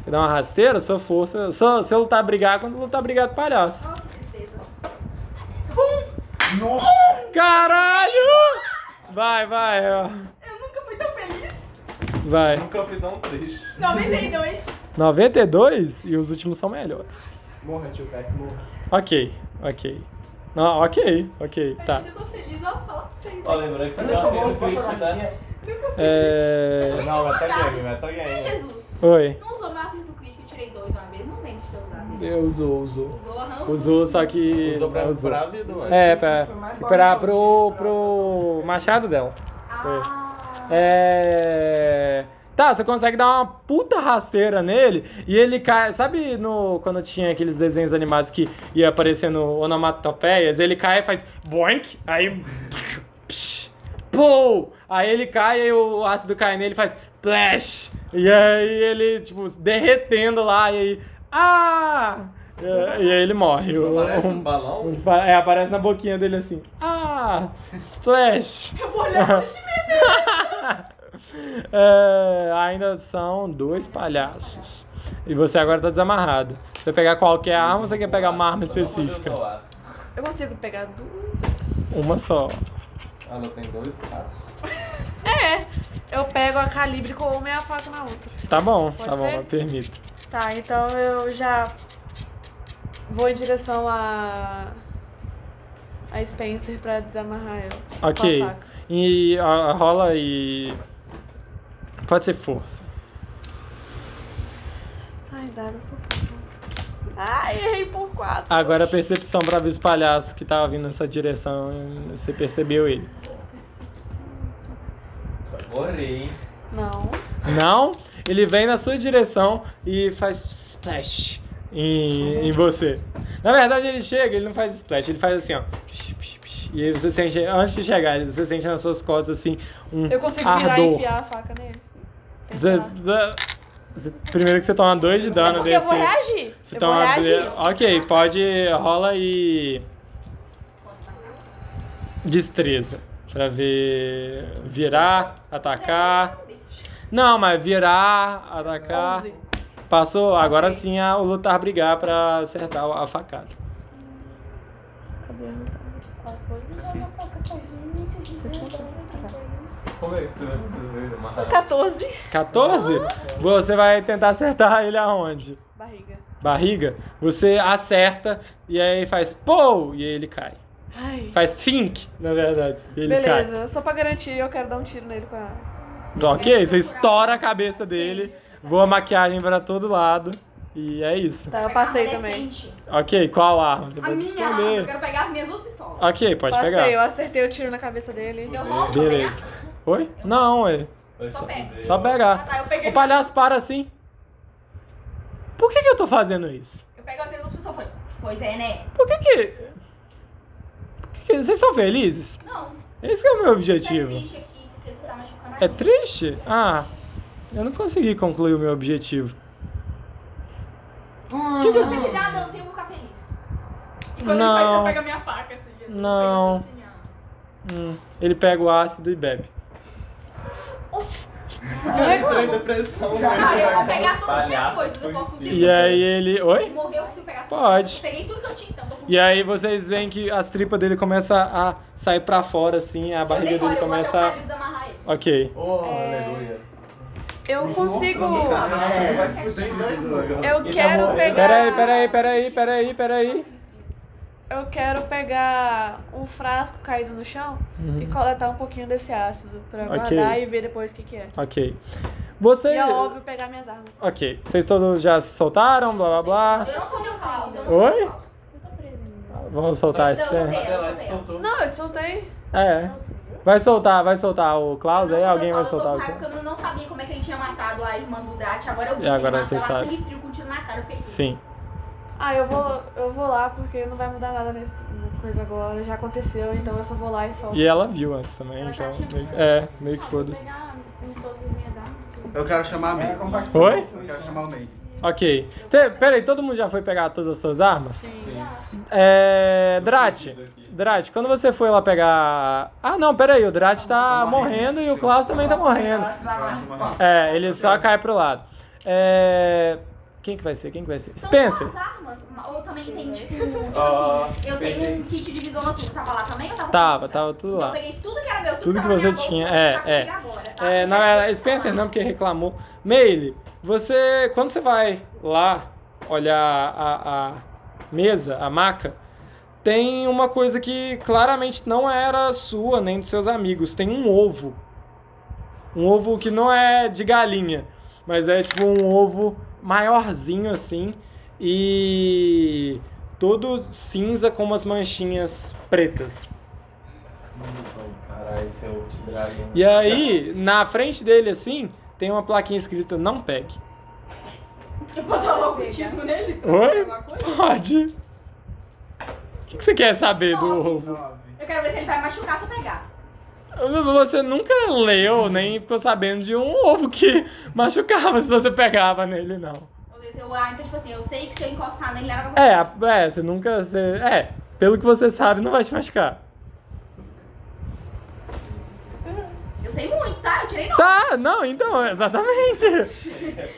Speaker 1: Dá uma rasteira, sua força. Só se eu lutar brigar quando lutar brigar com o palhaço.
Speaker 3: Ó, que tristeza.
Speaker 8: Nossa!
Speaker 1: Caralho! Vai, vai, ó.
Speaker 3: Eu nunca fui tão feliz.
Speaker 1: Vai.
Speaker 2: Nunca fui tão triste.
Speaker 3: 92.
Speaker 1: 92 e os últimos são melhores.
Speaker 9: Morra, tio Pepe, morra.
Speaker 1: Ok, ok. Não, ok, ok, tá.
Speaker 3: Eu tô feliz, ó, vou falar pra vocês.
Speaker 4: Ó, lembrando que você tem
Speaker 9: Nunca
Speaker 4: uma
Speaker 9: vou,
Speaker 4: cena
Speaker 9: posso
Speaker 4: crítica,
Speaker 9: jogar
Speaker 2: né?
Speaker 4: tá?
Speaker 9: aqui.
Speaker 1: É...
Speaker 2: Não, tá meta game, meta
Speaker 3: Ai,
Speaker 2: game.
Speaker 3: Jesus.
Speaker 1: Oi.
Speaker 3: Não usou meu acerto crítico, eu tirei dois uma vez. Não lembro de ter usado.
Speaker 1: Eu usou, usou.
Speaker 3: Usou, arranjou.
Speaker 1: Usou, só que.
Speaker 2: Usou pra,
Speaker 1: é, usou.
Speaker 2: pra vida, ué.
Speaker 1: É, pra,
Speaker 9: Foi mais
Speaker 1: pra,
Speaker 9: bom que
Speaker 1: pro,
Speaker 9: você,
Speaker 1: pro machado dela.
Speaker 3: Ah.
Speaker 1: É. Tá, você consegue dar uma puta rasteira nele e ele cai. Sabe no, quando tinha aqueles desenhos animados que ia aparecendo onomatopeias? Ele cai e faz boink, aí. psh, Pou! Aí ele cai e o ácido cai nele e faz plash! E aí ele, tipo, derretendo lá e aí. Ah! E, e aí ele morre. O-
Speaker 2: Parece uns
Speaker 1: um- um
Speaker 2: balão.
Speaker 1: dispa- é, aparece na boquinha dele assim. Ah! Splash!
Speaker 3: Eu vou olhar pra
Speaker 1: É, ainda são dois palhaços. E você agora tá desamarrado. Você vai pegar qualquer arma ou você quer pegar uma arma específica?
Speaker 5: Eu consigo pegar duas?
Speaker 1: Uma só.
Speaker 2: Ela tem dois braços.
Speaker 5: É. Eu pego a calibre com uma e a faca na outra.
Speaker 1: Tá bom,
Speaker 5: Pode
Speaker 1: tá bom,
Speaker 5: ser?
Speaker 1: eu permito.
Speaker 5: Tá, então eu já vou em direção a. a Spencer pra desamarrar ela. com a
Speaker 1: Ok.
Speaker 5: faca.
Speaker 1: E a- a rola e. Pode ser força.
Speaker 5: Ai, Dara, por favor. Ai, Ah, errei por quatro.
Speaker 1: Agora a percepção pra ver os palhaços que tava vindo nessa direção. e Você percebeu ele.
Speaker 4: Vai morrer, hein?
Speaker 5: Não.
Speaker 1: Não, ele vem na sua direção e faz splash em, em você. Na verdade, ele chega, ele não faz splash, ele faz assim, ó. Psh, psh, psh. E aí você sente, antes de chegar, você sente nas suas costas assim um
Speaker 5: Eu consigo virar e
Speaker 1: ardor.
Speaker 5: enfiar a faca nele?
Speaker 1: Você-
Speaker 5: Tentar.
Speaker 1: você- primeiro que você toma dois de
Speaker 5: É
Speaker 1: dano
Speaker 5: porque eu
Speaker 1: desse.
Speaker 5: vou reagir.
Speaker 1: Você
Speaker 5: eu vou
Speaker 1: toma
Speaker 5: reagir.
Speaker 1: dois- Ok, pode. rola e. É. Destreza. Pra ver. Virar,
Speaker 5: É.
Speaker 1: atacar. Não, mas virar, atacar.
Speaker 5: 11.
Speaker 1: Passou, agora sim a, o lutar brigar pra acertar a facada.
Speaker 5: Cadê? Qual coisa?
Speaker 4: Como é que tu matar?
Speaker 5: 14.
Speaker 1: 14? Você vai tentar acertar ele aonde?
Speaker 5: Barriga.
Speaker 1: Barriga? Você acerta e aí faz pou e ele cai.
Speaker 5: Ai.
Speaker 1: Faz think, na verdade. e Ele cai.
Speaker 5: Beleza, só pra garantir, eu quero dar um tiro nele com a.
Speaker 1: Então,
Speaker 3: É,
Speaker 1: ok, você estoura a cabeça dele, voa maquiagem pra todo lado e é isso.
Speaker 5: Tá, eu passei também.
Speaker 1: Ok, qual arma? Você
Speaker 3: A
Speaker 1: pode
Speaker 3: minha arma, eu
Speaker 1: escolher.
Speaker 3: quero pegar as minhas duas pistolas.
Speaker 1: Ok, pode
Speaker 5: passei, eu
Speaker 1: pegar.
Speaker 5: acertei o tiro na cabeça dele. Então,
Speaker 3: Eu rolo pra
Speaker 1: Beleza. Oi? Não, é.
Speaker 4: Vai
Speaker 3: Só
Speaker 4: se
Speaker 3: pega.
Speaker 4: fuder,
Speaker 1: Só
Speaker 4: mano.
Speaker 3: pegar? Ah,
Speaker 1: pegar.
Speaker 3: tá, eu peguei.
Speaker 1: O palhaço para assim. Por que, que eu tô fazendo isso?
Speaker 3: Eu pego as minhas duas pistolas. Falei, pois é, né?
Speaker 1: Por que que. Por que que- Vocês estão felizes?
Speaker 3: Não,
Speaker 1: Esse que é o meu
Speaker 3: tá
Speaker 1: objetivo.
Speaker 3: triste aqui, porque você tá machucando a
Speaker 1: É
Speaker 3: gente.
Speaker 1: triste? Ah, eu não consegui concluir o meu objetivo.
Speaker 3: Se você fizer a dancinha, eu vou ficar feliz. E quando
Speaker 1: Não.
Speaker 3: ele faz, eu pego a minha faca, assim. eu pego
Speaker 1: Não.
Speaker 3: assim, ó.
Speaker 1: Hum, ele pega o ácido e bebe.
Speaker 2: Cara, entrou em depressão. né?
Speaker 3: Cara, Ah, eu vou pegar todas as minhas
Speaker 4: Palhaço
Speaker 3: coisas, eu posso
Speaker 4: suicida.
Speaker 1: E aí ele. Oi?
Speaker 3: Morreu, eu preciso pegar tudo.
Speaker 1: Pode.
Speaker 3: Eu peguei tudo que eu tinha, então. Tô com...
Speaker 1: E aí vocês veem que as tripas dele começam a sair pra fora, assim, a barriga
Speaker 3: eu nem olho,
Speaker 1: dele começa
Speaker 3: Eu vou até
Speaker 1: a.
Speaker 3: o Calil desamarrar ele.
Speaker 1: Ok.
Speaker 4: Oh,
Speaker 3: É,
Speaker 4: aleluia.
Speaker 5: Eu consigo.
Speaker 2: tá
Speaker 3: Ah,
Speaker 8: Caralho, vai
Speaker 3: é.
Speaker 8: se
Speaker 2: Tem
Speaker 8: fuder.
Speaker 2: dois, mano.
Speaker 5: Eu
Speaker 4: Ele tá
Speaker 5: quero
Speaker 4: morrendo.
Speaker 5: pegar.
Speaker 1: Peraí, peraí, peraí, peraí, peraí.
Speaker 5: Eu quero pegar um frasco caído no chão e
Speaker 1: Uhum.
Speaker 5: coletar um pouquinho desse ácido pra
Speaker 1: Ok.
Speaker 5: guardar e ver depois o que, que é.
Speaker 1: Ok. Você.
Speaker 5: E é óbvio pegar minhas armas.
Speaker 1: Ok. Vocês todos já se soltaram, blá blá blá.
Speaker 3: Eu não sou teu Calil, eu não sou
Speaker 1: Oi?
Speaker 3: teu Calil.
Speaker 1: Vamos soltar
Speaker 3: Não,
Speaker 1: esse
Speaker 3: eu
Speaker 1: ferro?
Speaker 3: soltei, eu
Speaker 4: Adelaide
Speaker 3: soltei.
Speaker 4: soltou.
Speaker 5: Não, eu te soltei.
Speaker 1: É. Vai soltar, vai soltar o Klaus aí?
Speaker 3: Eu não
Speaker 1: Alguém vai
Speaker 3: sou teu
Speaker 1: soltar o
Speaker 3: Calil,
Speaker 1: Klaus?
Speaker 3: porque Eu não sabia como é que ele tinha matado a irmã do Drat. Agora eu vi
Speaker 1: E
Speaker 3: que ele
Speaker 1: agora
Speaker 3: matou
Speaker 1: você
Speaker 3: ela
Speaker 1: sabe.
Speaker 3: sangue frio com um tiro na cara. Eu fiquei.
Speaker 1: Sim.
Speaker 5: Ah, eu vou, eu vou lá porque não vai mudar nada nessa coisa agora. Já aconteceu, então eu só vou lá e solto.
Speaker 1: E ela viu antes também,
Speaker 3: Ela
Speaker 1: então.
Speaker 3: já tinha
Speaker 1: meio-
Speaker 3: visto.
Speaker 1: É, meio que
Speaker 3: Ah, vou
Speaker 1: foda-se.
Speaker 3: pegar em todas as minhas armas.
Speaker 8: Eu quero chamar a
Speaker 9: Ela
Speaker 8: May.
Speaker 9: compactou
Speaker 1: Oi?
Speaker 9: com
Speaker 8: Eu
Speaker 9: isso.
Speaker 8: quero chamar o May.
Speaker 1: Ok. Cê, pera aí, todo mundo já foi pegar todas as suas armas?
Speaker 5: Sim.
Speaker 1: É. Drat. Drat, quando você foi lá pegar. Ah, não, pera aí, o Drat tá
Speaker 8: Tá morrendo,
Speaker 1: morrendo e o
Speaker 8: sim.
Speaker 1: Klaus também tá morrendo. É, ele só cai pro lado. É. Quem que vai ser? Quem que vai ser?
Speaker 3: São
Speaker 1: Spencer.
Speaker 3: duas armas. Eu também entendi. Tipo, tipo
Speaker 4: Ah,
Speaker 3: assim, eu tenho um kit de visão noturna. Tava lá também ou tava?
Speaker 1: Tava,
Speaker 3: fora?
Speaker 1: tava tudo
Speaker 3: Então eu
Speaker 1: lá.
Speaker 3: peguei tudo que era meu, tudo,
Speaker 1: Tudo
Speaker 3: tava
Speaker 1: que
Speaker 3: na minha
Speaker 1: você
Speaker 3: bolsa,
Speaker 1: tinha,
Speaker 3: tá
Speaker 1: é,
Speaker 3: comigo
Speaker 1: é.
Speaker 3: agora, tá?
Speaker 1: É,
Speaker 3: Eu
Speaker 1: na
Speaker 3: já
Speaker 1: verdade, né?
Speaker 3: sei
Speaker 1: Spencer
Speaker 3: falar.
Speaker 1: não, porque reclamou. Meile, você. Quando você vai lá olhar a, a mesa, a maca, tem uma coisa que claramente não era sua nem dos seus amigos. Tem um ovo. Um ovo que não é de galinha, mas é tipo um ovo maiorzinho assim. E. todo cinza com umas manchinhas pretas.
Speaker 4: Caralho, esse é o Ulti Dragon.
Speaker 1: E aí, na frente dele, assim, tem uma plaquinha escrita não pegue.
Speaker 3: Eu posso falar o cultismo nele?
Speaker 1: Oi?
Speaker 3: Alguma coisa?
Speaker 1: Pode. O que, que você quer saber do ovo?
Speaker 9: Nove.
Speaker 3: Eu quero ver se ele vai machucar se eu pegar.
Speaker 1: Você nunca leu, nem ficou sabendo de um ovo que machucava se você pegava nele, não.
Speaker 3: Ou seja, eu- ah, então, tipo assim, eu sei que se eu encostar nele, ela vai
Speaker 1: É, a- é você nunca. Você, é, pelo que você sabe, não vai te machucar.
Speaker 3: Eu sei muito, tá? Eu tirei nota.
Speaker 1: Tá, não, então, exatamente.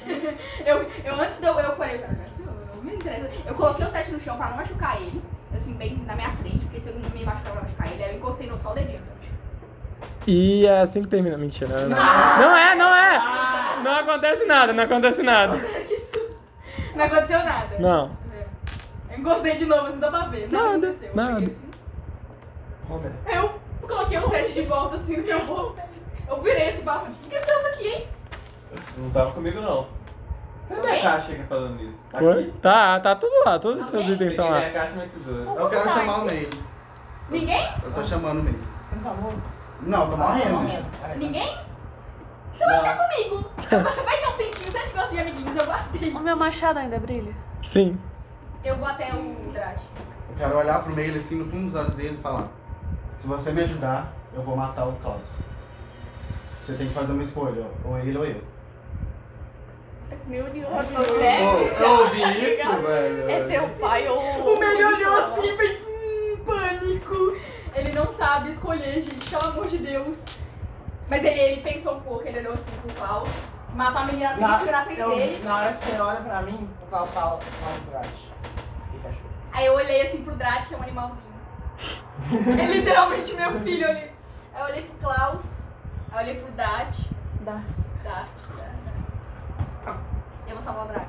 Speaker 3: Eu, eu antes de eu, eu falei, cara, se eu- eu me interessa. Eu coloquei o set no chão pra não machucar ele. Assim, bem na minha frente, porque se eu não me machucar, eu vou machucar ele. Aí eu encostei no sol dele, assim.
Speaker 1: E é assim que termina. Mentira. Não, não. não é, não é! Não acontece nada, não acontece nada.
Speaker 3: Que susto. Não aconteceu nada. É.
Speaker 1: Não.
Speaker 3: Eu encostei de novo, assim dá pra ver. Nada,
Speaker 1: Nada,
Speaker 3: aconteceu.
Speaker 1: nada.
Speaker 8: é?
Speaker 2: Homer.
Speaker 3: Eu coloquei o set de volta assim no meu bolso. Eu virei esse papo. Por que você anda aqui, hein?
Speaker 4: Não tava comigo, não. Cadê
Speaker 3: Alguém?
Speaker 4: a caixa que é falando isso? Tá
Speaker 1: Oi?
Speaker 4: aqui?
Speaker 1: Tá, tá tudo lá, todas as
Speaker 3: Alguém?
Speaker 1: itens
Speaker 4: Peguei
Speaker 1: estão lá.
Speaker 4: minha caixa e minha tesoura.
Speaker 8: Eu quero chamar o meio.
Speaker 3: Ninguém?
Speaker 8: Eu tô chamando o meio.
Speaker 9: Você não tá morto?
Speaker 8: Não, eu tô morrendo.
Speaker 3: Ninguém? Então
Speaker 4: Não,
Speaker 3: Comigo. Vai que é um pintinho, sete gosta de amiguinhos, eu guardei.
Speaker 5: O meu machado ainda brilha?
Speaker 1: Sim.
Speaker 3: Eu vou até o traje.
Speaker 8: Eu quero olhar pro meio assim no fundo dos olhos dele e falar: Se você me ajudar, eu vou matar o Klaus. Você tem que fazer uma escolha, ou ele ou eu.
Speaker 6: Meu Deus.
Speaker 5: É,
Speaker 2: Pô, eu ouvi isso,
Speaker 6: É
Speaker 2: velho.
Speaker 6: teu pai ou.
Speaker 3: O Meli olhou
Speaker 5: é
Speaker 3: assim e fez hum, pânico. Ele não sabe escolher, gente, pelo amor de Deus. Mas ele, ele pensou um pouco, ele olhou assim pro Klaus. Matou a menina
Speaker 1: Ah,
Speaker 3: assim, ficou na frente
Speaker 9: eu-
Speaker 3: dele.
Speaker 9: na hora que você olha pra mim, o Val fala, fala do Brat. E cachorro.
Speaker 3: Aí eu olhei assim pro Drat, que é um animalzinho. é literalmente meu filho ali. Aí eu olhei pro Klaus, aí eu olhei pro Drat.
Speaker 5: Dá.
Speaker 3: Drat. Drat. Eu vou salvar o Drat.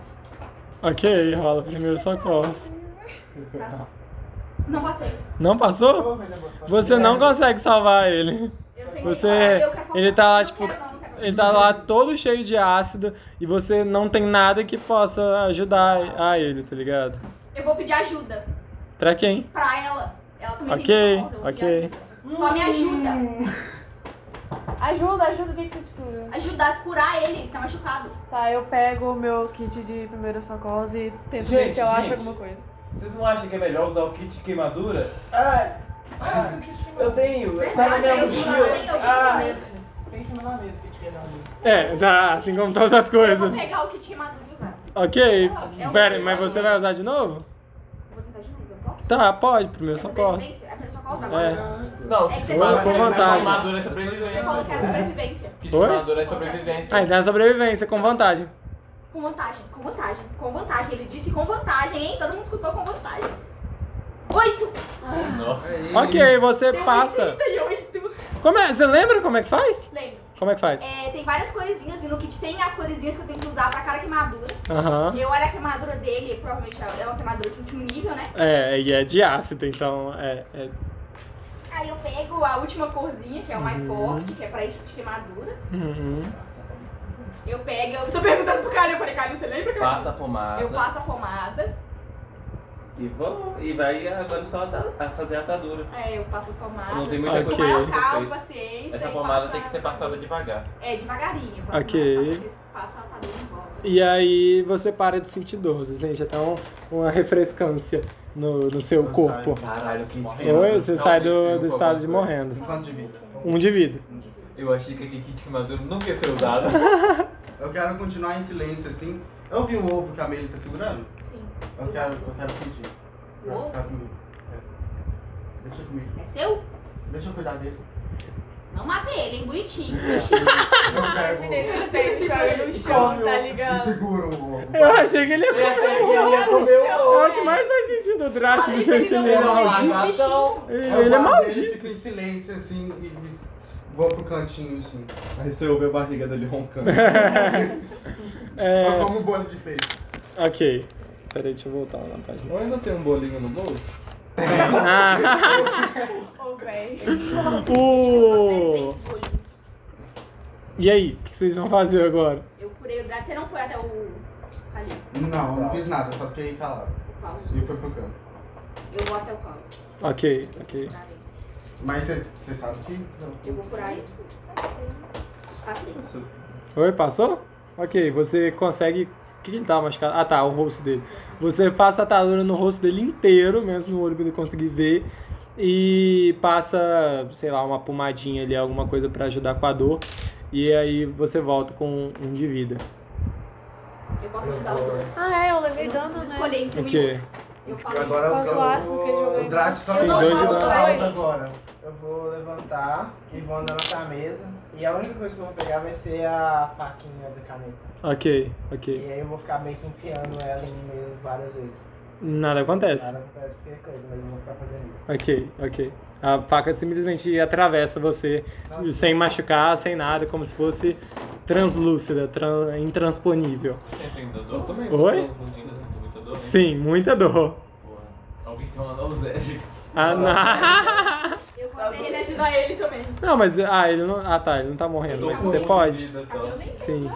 Speaker 1: Ok, rola primeiro socorros.
Speaker 3: Passou. Não passei.
Speaker 1: Não passou? Você não consegue salvar ele.
Speaker 3: Eu tenho
Speaker 1: Você-
Speaker 3: Ah, eu quero falar.
Speaker 1: ele tá lá,
Speaker 3: Não
Speaker 1: tipo,
Speaker 3: quero não, não quero não.
Speaker 1: Ele tá lá todo cheio de ácido e você não tem nada que possa ajudar a ele, tá ligado?
Speaker 3: Eu vou pedir ajuda
Speaker 1: Pra quem?
Speaker 3: pra ela. Ela também
Speaker 1: Ok,
Speaker 3: tem que eu vou pedir
Speaker 1: ok.
Speaker 3: ajuda. Só me ajuda.
Speaker 5: Ajuda, ajuda, o que, que você precisa?
Speaker 3: Ajuda a curar ele, ele tá machucado.
Speaker 5: Tá, eu pego o meu kit de primeira socorros e tento ver
Speaker 4: Gente,
Speaker 5: se eu acho
Speaker 4: gente.
Speaker 5: alguma coisa.
Speaker 4: Vocês não acham que é melhor usar o kit de queimadura? Ah, eu tenho, tá na minha
Speaker 3: Verdade, eu
Speaker 4: mochila.
Speaker 3: tinha- eu tinha
Speaker 4: Ah,
Speaker 3: mesmo.
Speaker 9: Tem em cima da mesa que te quer dar um
Speaker 1: É, tá, assim como todas as
Speaker 3: Eu vou
Speaker 1: coisas.
Speaker 3: pegar o kit queimadura e usar.
Speaker 1: Ok,
Speaker 3: Nossa, é um
Speaker 1: pera,
Speaker 3: bom
Speaker 1: mas você vai usar de novo?
Speaker 3: Eu Vou tentar de novo, eu posso?
Speaker 1: Tá, pode, primeiro
Speaker 3: É
Speaker 1: socorros.
Speaker 3: sobrevivência? É primeiro socorro
Speaker 1: É.
Speaker 3: agora?
Speaker 4: Não,
Speaker 3: É que você
Speaker 1: Vai,
Speaker 3: falou
Speaker 1: com
Speaker 4: queimadura
Speaker 1: vantagem.
Speaker 4: é
Speaker 3: você falou que
Speaker 4: sobrevivência.
Speaker 3: era sobrevivência.
Speaker 4: Kit de
Speaker 1: Oi?
Speaker 4: queimadura é sobrevivência.
Speaker 1: Ah, então é sobrevivência, com vantagem.
Speaker 3: Com vantagem, com vantagem, com vantagem. Ele disse com vantagem, hein? Todo mundo escutou com vantagem. Oito!
Speaker 4: Não.
Speaker 1: Ok, você
Speaker 3: Deu
Speaker 1: passa.
Speaker 3: 38.
Speaker 1: Como é? Você lembra como é que faz?
Speaker 3: Lembro.
Speaker 1: Como é que faz?
Speaker 3: É, tem várias corezinhas e no kit tem as corezinhas que eu tenho que usar pra cada queimadura.
Speaker 1: Aham.
Speaker 3: Eu olho a queimadura dele, provavelmente é uma queimadura de último nível, né?
Speaker 1: É, e é de ácido, então é. é-
Speaker 3: Aí eu pego a última corzinha, que é o mais
Speaker 1: Uhum.
Speaker 3: forte, que é pra esse tipo de queimadura.
Speaker 1: Uhum.
Speaker 3: Eu pego, eu tô perguntando pro Calil, eu falei, Calil, você lembra que eu-
Speaker 4: Passa a pomada.
Speaker 3: Eu passo a pomada.
Speaker 4: E vou. E vai agora só ata- a fazer a atadura.
Speaker 3: É, eu passo a pomada.
Speaker 4: Não tem muita
Speaker 3: assim, com
Speaker 1: coisa
Speaker 3: maior
Speaker 4: pra ser
Speaker 3: calma,
Speaker 4: feita.
Speaker 3: paciência.
Speaker 4: Essa
Speaker 3: e
Speaker 4: pomada
Speaker 3: passo
Speaker 4: tem
Speaker 3: a-
Speaker 4: que ser passada devagar.
Speaker 3: É, devagarinho. eu passo
Speaker 1: Ok.
Speaker 3: uma atadura, Passo a atadura em volta.
Speaker 1: E aí você para de sentir dor, você sente até um- uma refrescância no, no seu
Speaker 8: Eu
Speaker 1: corpo.
Speaker 4: Caralho, kit
Speaker 8: Morreu.
Speaker 4: queimadura.
Speaker 1: Ou você
Speaker 4: Não,
Speaker 1: sai
Speaker 4: tem que ser
Speaker 1: do,
Speaker 4: um
Speaker 1: do
Speaker 4: pouco
Speaker 1: estado de
Speaker 4: coisa.
Speaker 1: morrendo.
Speaker 8: Quanto de vida?
Speaker 1: Um de vida.
Speaker 8: Um de vida.
Speaker 4: Eu achei que aquele kit queimadura nunca ia ser usado.
Speaker 8: Eu quero continuar em silêncio assim. Eu vi o ovo que a Amelie tá segurando?
Speaker 3: Sim.
Speaker 8: Eu quero, eu quero pedir. Pra
Speaker 3: Ovo?
Speaker 8: ficar comigo. É. Deixa comigo.
Speaker 3: É seu?
Speaker 8: Deixa eu cuidar dele.
Speaker 3: Não mata ele, hein? Bonitinho.
Speaker 8: Eu pego
Speaker 5: Imaginei
Speaker 8: o ovo.
Speaker 5: que eu tenho que jogar no chão, tá
Speaker 8: E
Speaker 5: ligado?
Speaker 8: seguro o ovo.
Speaker 1: Eu achei que ele ia comer
Speaker 4: achei
Speaker 1: o
Speaker 4: que ele ia
Speaker 1: ovo.
Speaker 4: comer o
Speaker 1: É o que mais faz sentido, o Drat do
Speaker 3: Olha,
Speaker 1: jeito que
Speaker 3: ele não
Speaker 1: ele é
Speaker 3: vai lá.
Speaker 1: maldito.
Speaker 3: maldito.
Speaker 4: Lagartão.
Speaker 8: Eu
Speaker 1: Ele é
Speaker 8: guardo
Speaker 1: maldito.
Speaker 8: Ele fica em silêncio assim e, e vou pro cantinho assim.
Speaker 2: Aí você ouve a barriga dele roncando.
Speaker 8: Eu
Speaker 1: É,
Speaker 8: como um bolo de peixe.
Speaker 1: ok. Peraí, deixa eu voltar lá na página.
Speaker 2: Eu ainda tenho um bolinho no bolso?
Speaker 1: Ah,
Speaker 6: Ô, véi.
Speaker 1: o... E aí, o que vocês vão fazer agora?
Speaker 3: Eu curei o Draco, você não foi até o Calil,
Speaker 8: Não, eu não fiz nada, só fiquei calado.
Speaker 3: o Klaus.
Speaker 8: E foi pro canto.
Speaker 3: Eu vou até o Klaus.
Speaker 1: Ok,
Speaker 3: Eu vou
Speaker 1: ok.
Speaker 3: curar ele.
Speaker 8: Mas você- você sabe que.
Speaker 3: Eu vou curar ele.
Speaker 6: um Tá
Speaker 3: Passei.
Speaker 6: assim.
Speaker 1: Oi, passou? Ok, você consegue. O que que ele tava machucado? Ah tá, o rosto dele. Você passa a atadura no rosto dele inteiro, menos no olho pra ele conseguir ver. E passa, sei lá, uma pomadinha ali, alguma coisa pra ajudar com a dor. E aí você volta com um de vida.
Speaker 3: Eu posso ajudar os dois.
Speaker 5: Ah, é, eu
Speaker 3: Eu
Speaker 5: levei
Speaker 3: não
Speaker 5: dano,
Speaker 3: preciso
Speaker 5: né?
Speaker 3: escolher entre um e
Speaker 1: Ok.
Speaker 3: outro. Eu falo
Speaker 8: É Agora
Speaker 5: Por causa do
Speaker 8: eu-
Speaker 5: ácido que ele jogou
Speaker 8: eu.
Speaker 5: em
Speaker 8: O Drat só
Speaker 1: Sim,
Speaker 8: tem
Speaker 1: dois de
Speaker 5: dano.
Speaker 8: agora.
Speaker 9: Eu vou levantar e vou andar na tua mesa. E a única coisa que eu vou pegar vai ser a faquinha da caneta.
Speaker 1: Ok, ok.
Speaker 9: E aí eu vou ficar meio que enfiando ela em mim várias vezes.
Speaker 1: Nada acontece.
Speaker 9: Nada acontece qualquer coisa, mas eu vou ficar fazendo isso.
Speaker 1: Ok, ok. A faca simplesmente atravessa você,
Speaker 9: Não.
Speaker 1: sem machucar, sem nada, como se fosse translúcida, tran- intransponível.
Speaker 4: Você tem dor?
Speaker 2: também
Speaker 1: Oi?
Speaker 4: Ainda sinto muita dor? hein?
Speaker 1: Sim, muita dor.
Speaker 4: Porra. Alguém tem uma analgésica.
Speaker 1: Ah, não.
Speaker 6: Eu contei
Speaker 4: Tá bom. Tá
Speaker 6: ele
Speaker 3: Ele
Speaker 6: ajudou.
Speaker 3: ajuda ele também.
Speaker 1: Não, mas. Ah, ele não. Ah, tá, ele não tá morrendo,
Speaker 4: Eu
Speaker 1: mas
Speaker 4: dou
Speaker 1: você
Speaker 4: uma
Speaker 1: pode.
Speaker 4: mordida só.
Speaker 3: Eu nem sei.
Speaker 1: Sim.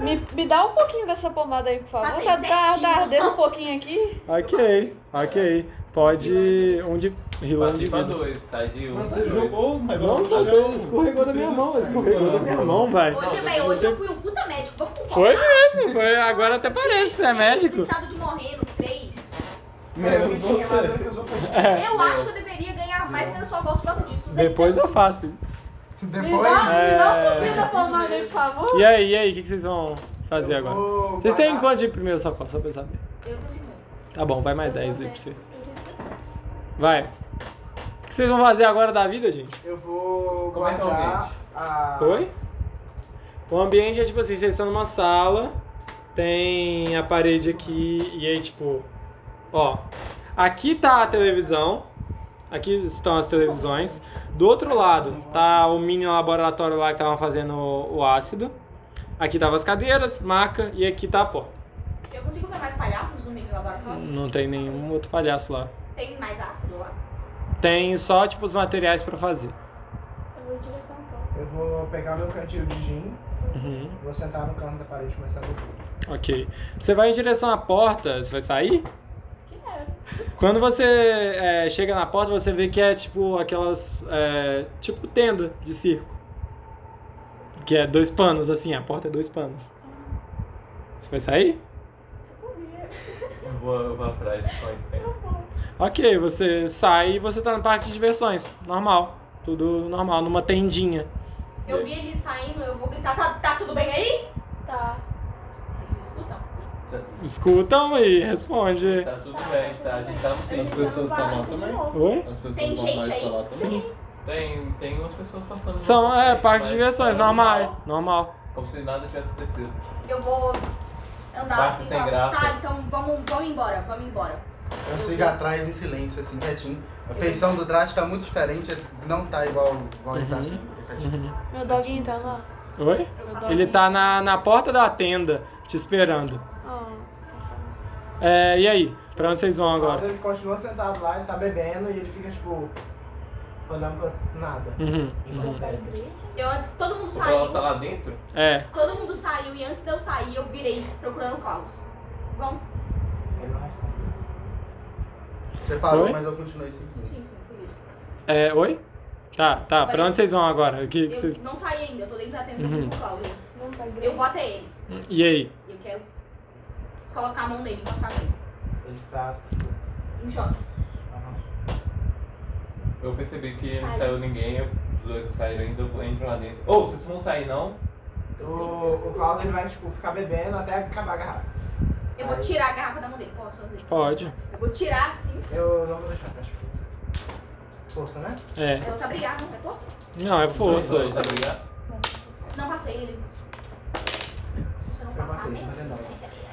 Speaker 5: Me, me dá um pouquinho dessa pomada aí, por favor.
Speaker 6: Passei
Speaker 5: Tá, tá, tá
Speaker 6: certinho.
Speaker 5: ardendo um pouquinho aqui.
Speaker 1: Ok, ok. Pode. Um de. Healing
Speaker 4: Passei
Speaker 1: de
Speaker 4: pra
Speaker 1: vida.
Speaker 4: dois, sai de um.
Speaker 2: Quando
Speaker 4: sai
Speaker 2: você
Speaker 4: de
Speaker 2: jogou o negócio,
Speaker 1: Nossa,
Speaker 2: jogou.
Speaker 1: Deus, escorregou da minha mão,
Speaker 2: Você fez
Speaker 1: escorregou da
Speaker 2: assim,
Speaker 1: minha
Speaker 2: mano.
Speaker 1: mão, vai.
Speaker 6: Hoje,
Speaker 4: Não,
Speaker 6: véi,
Speaker 4: não
Speaker 6: hoje
Speaker 4: tem-
Speaker 6: eu fui um puta médico. Vamos Tá concordar.
Speaker 1: Foi mesmo, foi. Agora até parece, você é
Speaker 6: No
Speaker 1: médico.
Speaker 6: estado de morrer no 3.
Speaker 2: Menos
Speaker 9: Porque tinha armadura que
Speaker 2: você.
Speaker 9: eu usou foi-
Speaker 1: É,
Speaker 6: Eu acho que eu deveria ganhar mais, mas eu só gosto por causa disso. Zé,
Speaker 1: depois eu faço isso.
Speaker 5: Me dá,
Speaker 8: Depois.
Speaker 5: me dá um pouquinho
Speaker 1: É.
Speaker 5: da pomada aí, por favor.
Speaker 1: E aí, e aí, o que, que vocês vão fazer
Speaker 9: Eu
Speaker 1: agora?
Speaker 9: vou
Speaker 1: Vocês têm
Speaker 9: guardar.
Speaker 1: quanto de primeiro socorro, só pra eu saber?
Speaker 6: então Eu consigo.
Speaker 1: Tá bom, vai mais
Speaker 6: Eu
Speaker 1: 10 aí
Speaker 6: também.
Speaker 1: pra você. Vai. O que vocês vão fazer agora da vida, gente?
Speaker 9: Eu vou
Speaker 4: Como é que é o
Speaker 9: guardar a...
Speaker 1: Oi? O ambiente é tipo assim, vocês estão numa sala, tem a parede aqui, e aí tipo, ó, aqui tá a televisão, aqui estão as televisões, do outro lado tá o mini laboratório lá que estavam fazendo o o ácido, aqui tava as cadeiras, maca, e aqui tá a porta.
Speaker 6: Eu consigo ver mais palhaços no meio do laboratório?
Speaker 1: Não tem nenhum outro palhaço lá.
Speaker 6: Tem mais ácido lá?
Speaker 1: Tem só, tipo, os materiais pra fazer.
Speaker 6: Eu vou em direção ao
Speaker 9: Eu vou pegar meu cantil de gin,
Speaker 1: Uhum,
Speaker 9: vou sentar no canto da parede e começar a beber.
Speaker 1: ok. Você vai em direção à porta, você vai sair?
Speaker 6: Que é?
Speaker 1: Quando você é, chega na porta, você vê que é tipo aquelas. é, tipo tenda de circo. Que é dois panos, assim, a porta é dois panos. Você vai sair?
Speaker 4: Eu vou, eu vou atrás com a espécie.
Speaker 1: Ok, você sai e você tá no parque de diversões. Normal. Tudo normal, numa tendinha. É.
Speaker 6: Eu vi ele saindo, eu vou gritar, tá, tá tudo bem aí?
Speaker 5: Tá.
Speaker 6: Eles escutam.
Speaker 1: Escutam um e responde.
Speaker 4: Tá tudo bem, tá? A gente tá no
Speaker 2: As
Speaker 4: sítio.
Speaker 2: pessoas estão lá também.
Speaker 1: Oi?
Speaker 2: As pessoas
Speaker 6: Tem
Speaker 2: vão
Speaker 6: gente
Speaker 2: mais
Speaker 6: aí?
Speaker 2: lá também.
Speaker 4: Tem, tem umas pessoas passando.
Speaker 1: São,
Speaker 4: na
Speaker 1: é,
Speaker 4: frente,
Speaker 1: parque de
Speaker 4: mas
Speaker 1: diversões,
Speaker 4: é
Speaker 1: normal. Normal.
Speaker 4: Como se nada tivesse acontecido.
Speaker 6: Eu vou andar
Speaker 4: Barco
Speaker 6: assim.
Speaker 4: sem
Speaker 6: tá?
Speaker 4: graça.
Speaker 6: Tá, então vamos, vamos embora, vamos embora.
Speaker 8: Eu sigo atrás em silêncio, assim, quietinho. A feição do Drat tá muito diferente, ele não tá igual, igual ele tá
Speaker 1: Uhum.
Speaker 8: sempre. Tá tipo,
Speaker 1: Uhum.
Speaker 5: Meu doguinho tá lá.
Speaker 1: Oi?
Speaker 5: Meu
Speaker 1: Ele
Speaker 5: doguinho.
Speaker 1: tá na, na porta da tenda, te esperando.
Speaker 5: Ah.
Speaker 1: É, e aí? Pra onde vocês vão agora?
Speaker 9: Mas ele continua sentado lá, ele tá bebendo e ele fica tipo... Olhando pra nada.
Speaker 1: Uhum, uhum.
Speaker 6: Eu antes, todo mundo
Speaker 4: O Klaus
Speaker 6: saiu.
Speaker 4: tá lá dentro?
Speaker 1: É,
Speaker 6: Todo mundo saiu e antes de eu sair, eu virei procurando o Klaus. Vamos?
Speaker 9: Ele não responde.
Speaker 8: você parou,
Speaker 1: Uhum. Oi?
Speaker 8: mas eu continuei seguindo.
Speaker 6: Sim, sim, por isso.
Speaker 1: é. Oi? Tá, tá. Pra onde vocês vão agora? O que que vocês-
Speaker 6: Eu não saí ainda, eu tô dentro da tenda
Speaker 1: Uhum.
Speaker 6: com o Klaus. Não tá eu vou até ele.
Speaker 1: E aí?
Speaker 6: E eu quero colocar a mão nele, encostar nele.
Speaker 9: Ele tá...
Speaker 6: Me joga.
Speaker 9: Aham.
Speaker 4: Eu percebi que não
Speaker 6: Sai.
Speaker 4: saiu ninguém, os dois não saíram ainda, eu vou- entro lá dentro. Ô, vocês não vão sair não?
Speaker 9: tipo, O, o Klaus ele vai tipo, ficar bebendo até acabar a garrafa.
Speaker 6: Eu vou tirar a garrafa da mão dele. Posso fazer?
Speaker 1: Pode.
Speaker 6: Eu vou tirar assim.
Speaker 9: Eu não vou deixar, tá? Tipo, força, né?
Speaker 1: É.
Speaker 6: Ela tá brigada, não é força?
Speaker 1: Não, é
Speaker 4: Os
Speaker 1: força.
Speaker 4: dois, tá ligado?
Speaker 6: Não passei ele. Se você não
Speaker 9: Eu
Speaker 6: passar,
Speaker 9: passei,
Speaker 6: né?
Speaker 9: mas é não.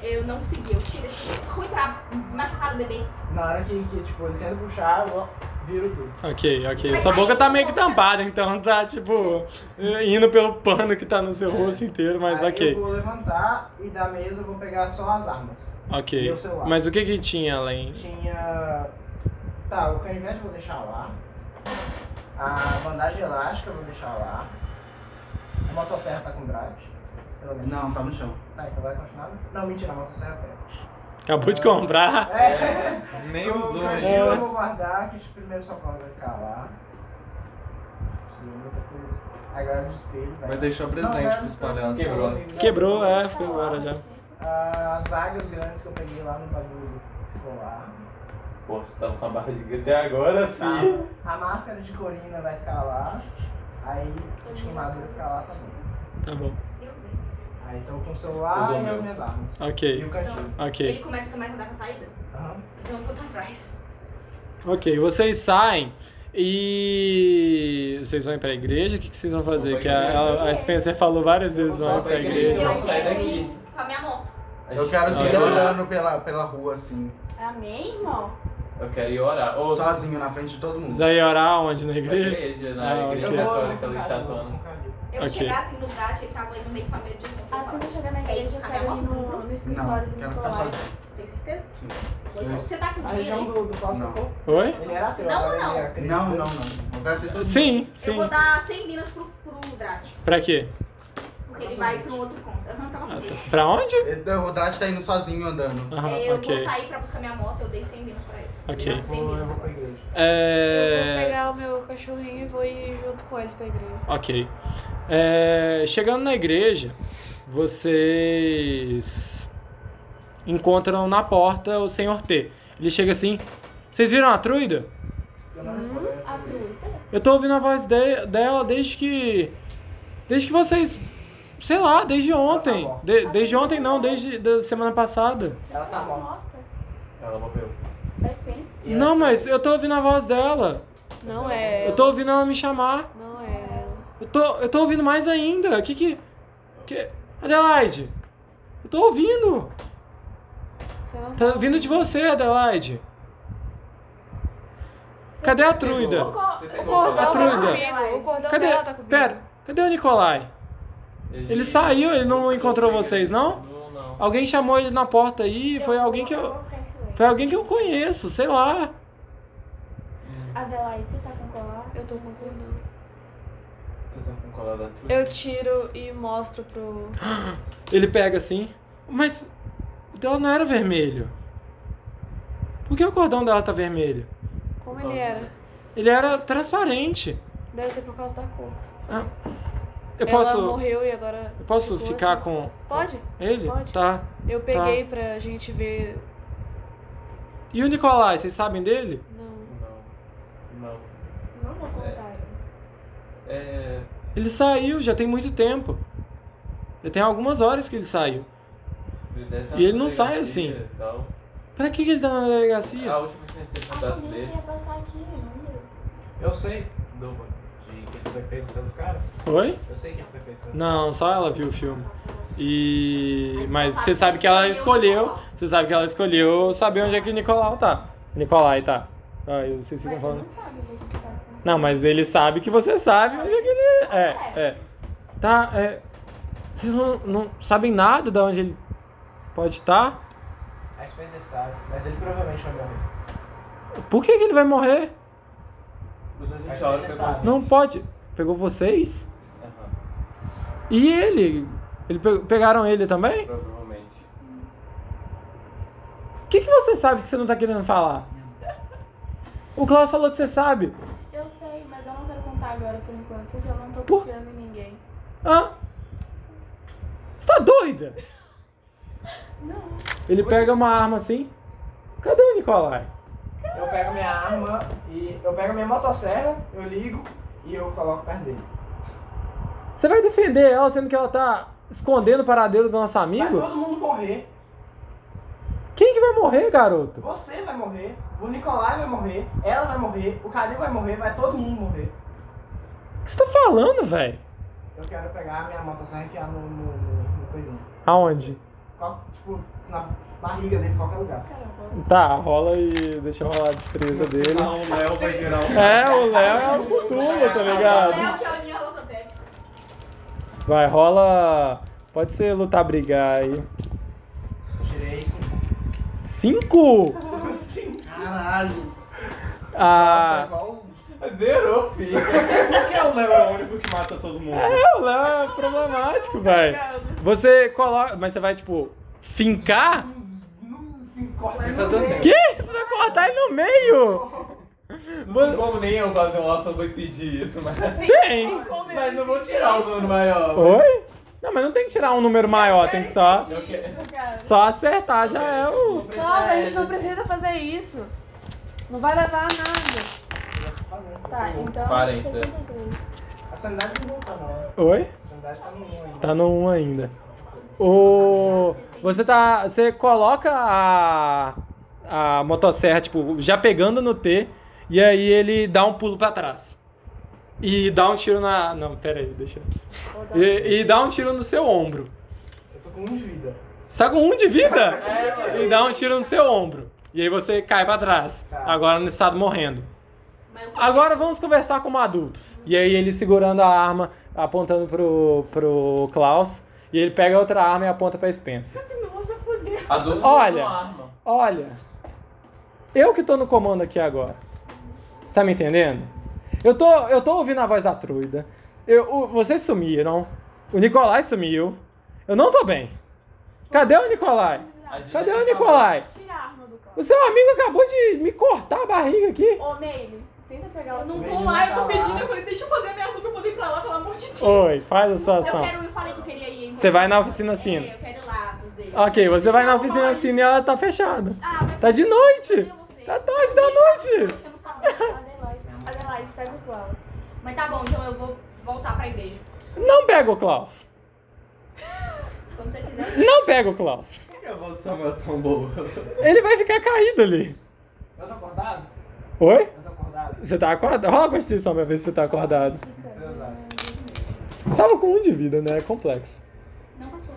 Speaker 6: eu não consegui. Eu tiro assim. Fui pra machucar o bebê.
Speaker 9: Na hora que, que tipo, ele tenta puxar, eu viro tudo.
Speaker 1: Ok, ok. Sua boca tá meio que tampada, então tá tipo indo pelo pano que tá no seu rosto inteiro, mas
Speaker 9: É. Aí
Speaker 1: ok.
Speaker 9: Eu vou levantar e da mesa eu vou pegar só as armas.
Speaker 1: Ok.
Speaker 9: Meu celular.
Speaker 1: Mas o que que tinha além?
Speaker 9: Tinha. Tá, o canivete eu vou deixar lá. A bandagem elástica eu vou deixar lá. A motosserra tá com grade. Pelo menos.
Speaker 8: Não, tá no chão.
Speaker 9: Tá, então vai continuar? Não, mentira, a motosserra pega.
Speaker 1: Acabou de comprar.
Speaker 9: É.
Speaker 2: Nem usou
Speaker 9: O
Speaker 2: ainda.
Speaker 9: cantil
Speaker 1: né?
Speaker 9: eu vou guardar, que de primeiro socorro vai ficar lá. Isso é muita coisa. Agora o espelho vai.
Speaker 2: Vai deixar
Speaker 9: Não,
Speaker 2: presente
Speaker 9: não,
Speaker 2: pros
Speaker 9: não,
Speaker 2: palhaços.
Speaker 4: Quebrou.
Speaker 2: agora.
Speaker 1: Quebrou, é, foi embora já.
Speaker 9: Ah, As vagas grandes que eu peguei lá no bagulho ficou lá.
Speaker 4: Pô, você tá com a barra de até agora,
Speaker 9: Tá.
Speaker 4: filho.
Speaker 9: A máscara de corina vai ficar lá. Aí a de queimadura fica lá também.
Speaker 1: Tá bom.
Speaker 9: Aí então com o celular
Speaker 4: Usou
Speaker 9: e as
Speaker 4: mesmo.
Speaker 9: minhas armas. E
Speaker 1: Ok,
Speaker 9: o cantil.
Speaker 1: ok.
Speaker 6: Ele começa, começa a dar com a saída.
Speaker 9: Aham.
Speaker 6: Então eu vou pra trás.
Speaker 1: Ok, vocês saem e vocês vão pra igreja? O que, que vocês vão fazer?
Speaker 4: Vou
Speaker 1: Que
Speaker 4: pra
Speaker 1: a,
Speaker 4: igreja.
Speaker 1: a- a Spencer falou várias
Speaker 9: Eu
Speaker 1: vezes
Speaker 9: vou
Speaker 1: vão
Speaker 9: só
Speaker 1: pra
Speaker 4: pra igreja.
Speaker 1: igreja.
Speaker 4: vamos sair
Speaker 6: quero
Speaker 4: daqui.
Speaker 6: ir com a minha moto.
Speaker 8: Eu quero
Speaker 4: Não,
Speaker 8: seguir
Speaker 4: eu-
Speaker 8: andando pela, pela rua, assim,
Speaker 5: É
Speaker 6: Amém, irmão?
Speaker 4: Eu quero ir orar. Ou
Speaker 8: sozinho, na frente de todo mundo.
Speaker 1: Já ia orar onde? Na
Speaker 4: na
Speaker 1: igreja?
Speaker 4: igreja, na
Speaker 1: Ah,
Speaker 4: igreja
Speaker 9: Então,
Speaker 1: ok.
Speaker 4: católica, ela está atuando.
Speaker 6: Eu
Speaker 1: Ok.
Speaker 6: chegar assim no braço, ele tava indo meio pra meio de
Speaker 9: Ah,
Speaker 6: São
Speaker 3: Ah,
Speaker 7: Assim que eu chegar na igreja, eu
Speaker 5: um
Speaker 7: quero ir no, no escritório
Speaker 8: Não,
Speaker 7: do
Speaker 8: quero ficar
Speaker 7: Nicolai.
Speaker 8: sozinho.
Speaker 6: Tem certeza?
Speaker 8: Sim.
Speaker 6: Você tá com
Speaker 9: A
Speaker 6: dinheiro?
Speaker 9: região
Speaker 6: aí?
Speaker 9: do, do Fausto
Speaker 8: Não.
Speaker 9: Coco,
Speaker 1: Oi?
Speaker 9: Ele era ateu.
Speaker 6: Não,
Speaker 9: agora ele
Speaker 6: não.
Speaker 9: é crente.
Speaker 8: Não, não, não. Eu quero ser todo mundo.
Speaker 1: Sim,
Speaker 6: Eu
Speaker 1: sim.
Speaker 6: vou dar 100 minas pro, pro Drat,
Speaker 1: Pra quê?
Speaker 6: porque ele vai pro outro conto. Eu não tava com
Speaker 1: Ah,
Speaker 6: ele.
Speaker 1: tá. Pra onde?
Speaker 8: Ele- O Drat tá indo sozinho andando.
Speaker 1: Aham,
Speaker 6: É, eu vou
Speaker 1: ok.
Speaker 6: sair pra buscar minha moto, eu dei 100 minas pra ele.
Speaker 1: Ok.
Speaker 9: Eu vou, eu vou pra igreja.
Speaker 5: Eu vou
Speaker 1: É.
Speaker 5: pegar o meu cachorrinho e vou ir junto com eles pra igreja.
Speaker 1: Ok. É, chegando na igreja, vocês encontram na porta o senhor T. Ele chega assim: Vocês viram a truida?
Speaker 9: Eu não
Speaker 6: Uhum.
Speaker 9: respondo. eu
Speaker 7: A
Speaker 9: respondo.
Speaker 7: truta?
Speaker 1: Eu tô ouvindo a voz de- dela desde que. Desde que vocês. Sei lá, desde ontem. De- desde ontem não, desde da semana passada.
Speaker 9: Ela tá morta.
Speaker 7: Nota.
Speaker 4: Ela morreu.
Speaker 7: Faz tempo.
Speaker 4: E
Speaker 1: Não,
Speaker 4: ela-
Speaker 1: mas eu tô ouvindo a voz dela.
Speaker 5: Não é.
Speaker 1: Eu tô ouvindo ela me chamar.
Speaker 5: Não é.
Speaker 1: Eu tô, eu tô ouvindo mais ainda. O que que. que... Adelaide! Eu tô ouvindo!
Speaker 5: Você não
Speaker 1: Tá vindo de você, Adelaide! Cadê a truida?
Speaker 4: Pegou. Você
Speaker 5: O
Speaker 4: pegou
Speaker 5: cordão tá
Speaker 4: ela?
Speaker 1: Patrulha.
Speaker 5: comigo. O cordão
Speaker 1: Cadê?
Speaker 5: dela tá comigo.
Speaker 1: Pera, cadê o Nicolai? Ele saiu, ele não encontrou vocês, não?
Speaker 4: Não, não.
Speaker 1: Alguém chamou ele na porta aí, foi alguém que eu.
Speaker 7: vou ficar em silêncio.
Speaker 1: Foi alguém que eu conheço, sei lá.
Speaker 7: Adelaide, você tá com colar?
Speaker 5: Eu tô com o cordão.
Speaker 4: Você tá com cola da truta?
Speaker 5: Eu tiro e mostro pro.
Speaker 1: Ele pega assim. Mas o dela não era vermelho. Por que o cordão dela tá vermelho?
Speaker 5: Como ele era?
Speaker 1: Ele era transparente.
Speaker 5: Deve ser por causa da cor.
Speaker 1: Eu
Speaker 5: Ela
Speaker 1: posso.
Speaker 5: morreu e agora.
Speaker 1: Eu posso
Speaker 5: ficou
Speaker 1: ficar
Speaker 5: assim.
Speaker 1: com
Speaker 5: Pode?
Speaker 1: ele?
Speaker 5: Pode.
Speaker 1: Tá.
Speaker 5: Eu peguei pra gente ver.
Speaker 1: E o Nicolai, vocês sabem dele?
Speaker 5: Não.
Speaker 4: Não. Não.
Speaker 7: Não vou contar. ele.
Speaker 4: É.
Speaker 1: Ele saiu, já tem muito tempo. Já tem algumas horas que ele saiu.
Speaker 4: Ele deve estar
Speaker 1: E ele
Speaker 4: na
Speaker 1: não sai
Speaker 4: delegacia
Speaker 1: assim.
Speaker 4: e tal.
Speaker 1: Pra que, que ele tá na
Speaker 4: A
Speaker 1: delegacia?
Speaker 4: última vez que eu entrei em
Speaker 7: A
Speaker 4: contato
Speaker 7: polícia
Speaker 4: dele.
Speaker 7: ia passar aqui, não ia.
Speaker 10: Eu sei do, de que ele foi feito pelos caras.
Speaker 1: Oi?
Speaker 10: Eu sei que ele foi feito pelos
Speaker 1: Não, só ela viu o filme. E.
Speaker 6: Aí
Speaker 1: Mas
Speaker 6: só
Speaker 1: você sabe que ela escolheu. Você sabe que ela escolheu saber onde é que o Nicolau tá. Nicolai tá. Ah, eu vocês ficam
Speaker 7: Mas você
Speaker 1: falando.
Speaker 7: não sabe o jeito que tá acontecendo.
Speaker 1: Não, mas ele sabe que você sabe onde é que ele. É, é. Tá, é. Vocês não, não sabem nada de onde ele pode tá? estar?
Speaker 9: A Spencer sabe, É mas ele provavelmente vai morrer.
Speaker 1: Por que, que ele vai morrer?
Speaker 4: Depois a gente
Speaker 9: Mas
Speaker 4: olha
Speaker 9: você
Speaker 4: pra
Speaker 9: sabe.
Speaker 4: gente.
Speaker 1: Não pode. Pegou vocês?
Speaker 4: Aham,
Speaker 1: E ele? ele pe- pegaram ele também?
Speaker 4: Provavelmente.
Speaker 1: O que, que você sabe que você não tá querendo falar? O Klaus falou que você sabe.
Speaker 7: Eu sei, mas eu não quero contar agora por enquanto, porque eu não tô
Speaker 1: Por-
Speaker 7: confiando em ninguém.
Speaker 1: Hã? Você tá doida?
Speaker 7: Não.
Speaker 1: Ele pega uma arma assim. Cadê o Nicolai?
Speaker 9: Eu pego minha arma e. Eu pego minha motosserra, eu ligo e eu coloco perto dele.
Speaker 1: Você vai defender ela sendo que ela tá escondendo o paradeiro do nosso
Speaker 9: Vai
Speaker 1: amigo?
Speaker 9: todo mundo morrer.
Speaker 1: Quem que vai morrer, garoto?
Speaker 9: Você vai morrer, o Nicolai vai morrer, ela vai morrer, o Calil vai morrer, vai todo mundo morrer.
Speaker 1: O que você tá falando, velho?
Speaker 9: Eu quero pegar a minha motosserra e enfiar no, no, no, no coisinho.
Speaker 1: Aonde?
Speaker 9: Qual- Tipo, na barriga dele, em qualquer lugar.
Speaker 1: Tá, rola e deixa eu rolar a destreza dele.
Speaker 2: Não, o Léo vai virar um.
Speaker 1: É, o Léo é o Cthulhu, tá ligado?
Speaker 6: Léo, que é o Nilo Lototec.
Speaker 1: Vai, rola. Pode ser lutar, brigar aí.
Speaker 9: Tirei isso.
Speaker 1: Cinco!
Speaker 8: Caralho. Tá
Speaker 1: Ah,
Speaker 8: igual
Speaker 4: Zerou, filho.
Speaker 2: Por que o Léo é o único que mata todo mundo?
Speaker 1: é, o Léo é problemático, velho. Você coloca. Mas você vai, tipo, fincar?
Speaker 9: Não corta
Speaker 2: Vai fazer assim.
Speaker 1: Que? Você vai cortar ele no meio?
Speaker 4: Não como nem eu fazer um sobre e pedir isso, mas.
Speaker 1: Tem!
Speaker 4: Mas não vou tirar o número maior.
Speaker 1: Oi? Não, mas não tem que tirar um número maior, tem que só.
Speaker 7: É
Speaker 4: Eu quero.
Speaker 1: Só acertar já é o.
Speaker 5: Nossa, a gente não precisa fazer isso. Não vai levar a nada. assim.
Speaker 7: Tá, então.
Speaker 4: 40.
Speaker 7: 63.
Speaker 9: A sanidade não volta, não.
Speaker 1: Oi?
Speaker 9: A sanidade tá no ruim ainda.
Speaker 1: Tá no 1 ainda. O. Você tá. Você coloca a. A motosserra, tipo, já pegando no T. E aí ele dá um pulo pra trás. E dá um tiro na. Não, pera aí, deixa eu. E, e dá um tiro no seu ombro.
Speaker 9: Eu tô com um de vida.
Speaker 1: Você tá com um de vida?
Speaker 4: É, mano. Tá.
Speaker 1: E dá um tiro no seu ombro. E aí você cai pra trás. Agora no estado morrendo. Agora vamos conversar como adultos. E aí ele segurando a arma, apontando pro, pro Klaus. E ele pega outra arma e aponta pra Spencer.
Speaker 3: Nossa, fodeu.
Speaker 4: Adultos
Speaker 1: Olha.
Speaker 4: usam arma.
Speaker 1: Olha, eu que tô no comando aqui agora. Você tá me entendendo? Eu tô, eu tô ouvindo a voz da Truida. Eu, o- vocês sumiram. O Nicolai sumiu. Eu não tô bem. Cadê o Nicolai? Cadê o Nicolai?
Speaker 7: Tira a arma do carro.
Speaker 1: O seu amigo acabou de me cortar a barriga aqui.
Speaker 7: Ô, Meire, tenta pegar o.
Speaker 3: Eu não
Speaker 7: Meire
Speaker 3: tô
Speaker 7: não
Speaker 3: lá, eu
Speaker 7: tá
Speaker 3: tô
Speaker 7: lá.
Speaker 3: pedindo, eu falei, deixa eu fazer a minha ação pra eu poder ir pra lá, pelo amor de Deus.
Speaker 1: Oi, faz a sua
Speaker 6: Eu
Speaker 1: ação.
Speaker 6: quero, eu falei que eu queria ir.
Speaker 1: Você vai na oficina assim. Ah, Cine.
Speaker 6: É, eu quero ir lá, avisei.
Speaker 1: Ok, você vai na oficina Cine e ela tá fechada.
Speaker 6: Ah, mas
Speaker 1: Tá de noite. Tá tarde da noite.
Speaker 6: eu não sabia.
Speaker 7: Adelaide, Adelaide, pega o Cláudio.
Speaker 6: Mas tá bom, então eu vou voltar pra igreja.
Speaker 1: Não pega o Klaus.
Speaker 6: Quando você quiser.
Speaker 1: Não pega o Klaus.
Speaker 8: Por que a evolução é tão boa?
Speaker 1: Ele vai ficar caído ali.
Speaker 10: Eu tô acordado?
Speaker 1: Oi?
Speaker 10: Eu tô acordado?
Speaker 1: Você tá acordado? Rola a constituição pra ver se você tá acordado.
Speaker 10: Deus abençoe.
Speaker 1: Você tava com um de vida, né? É complexo.
Speaker 6: Não passou.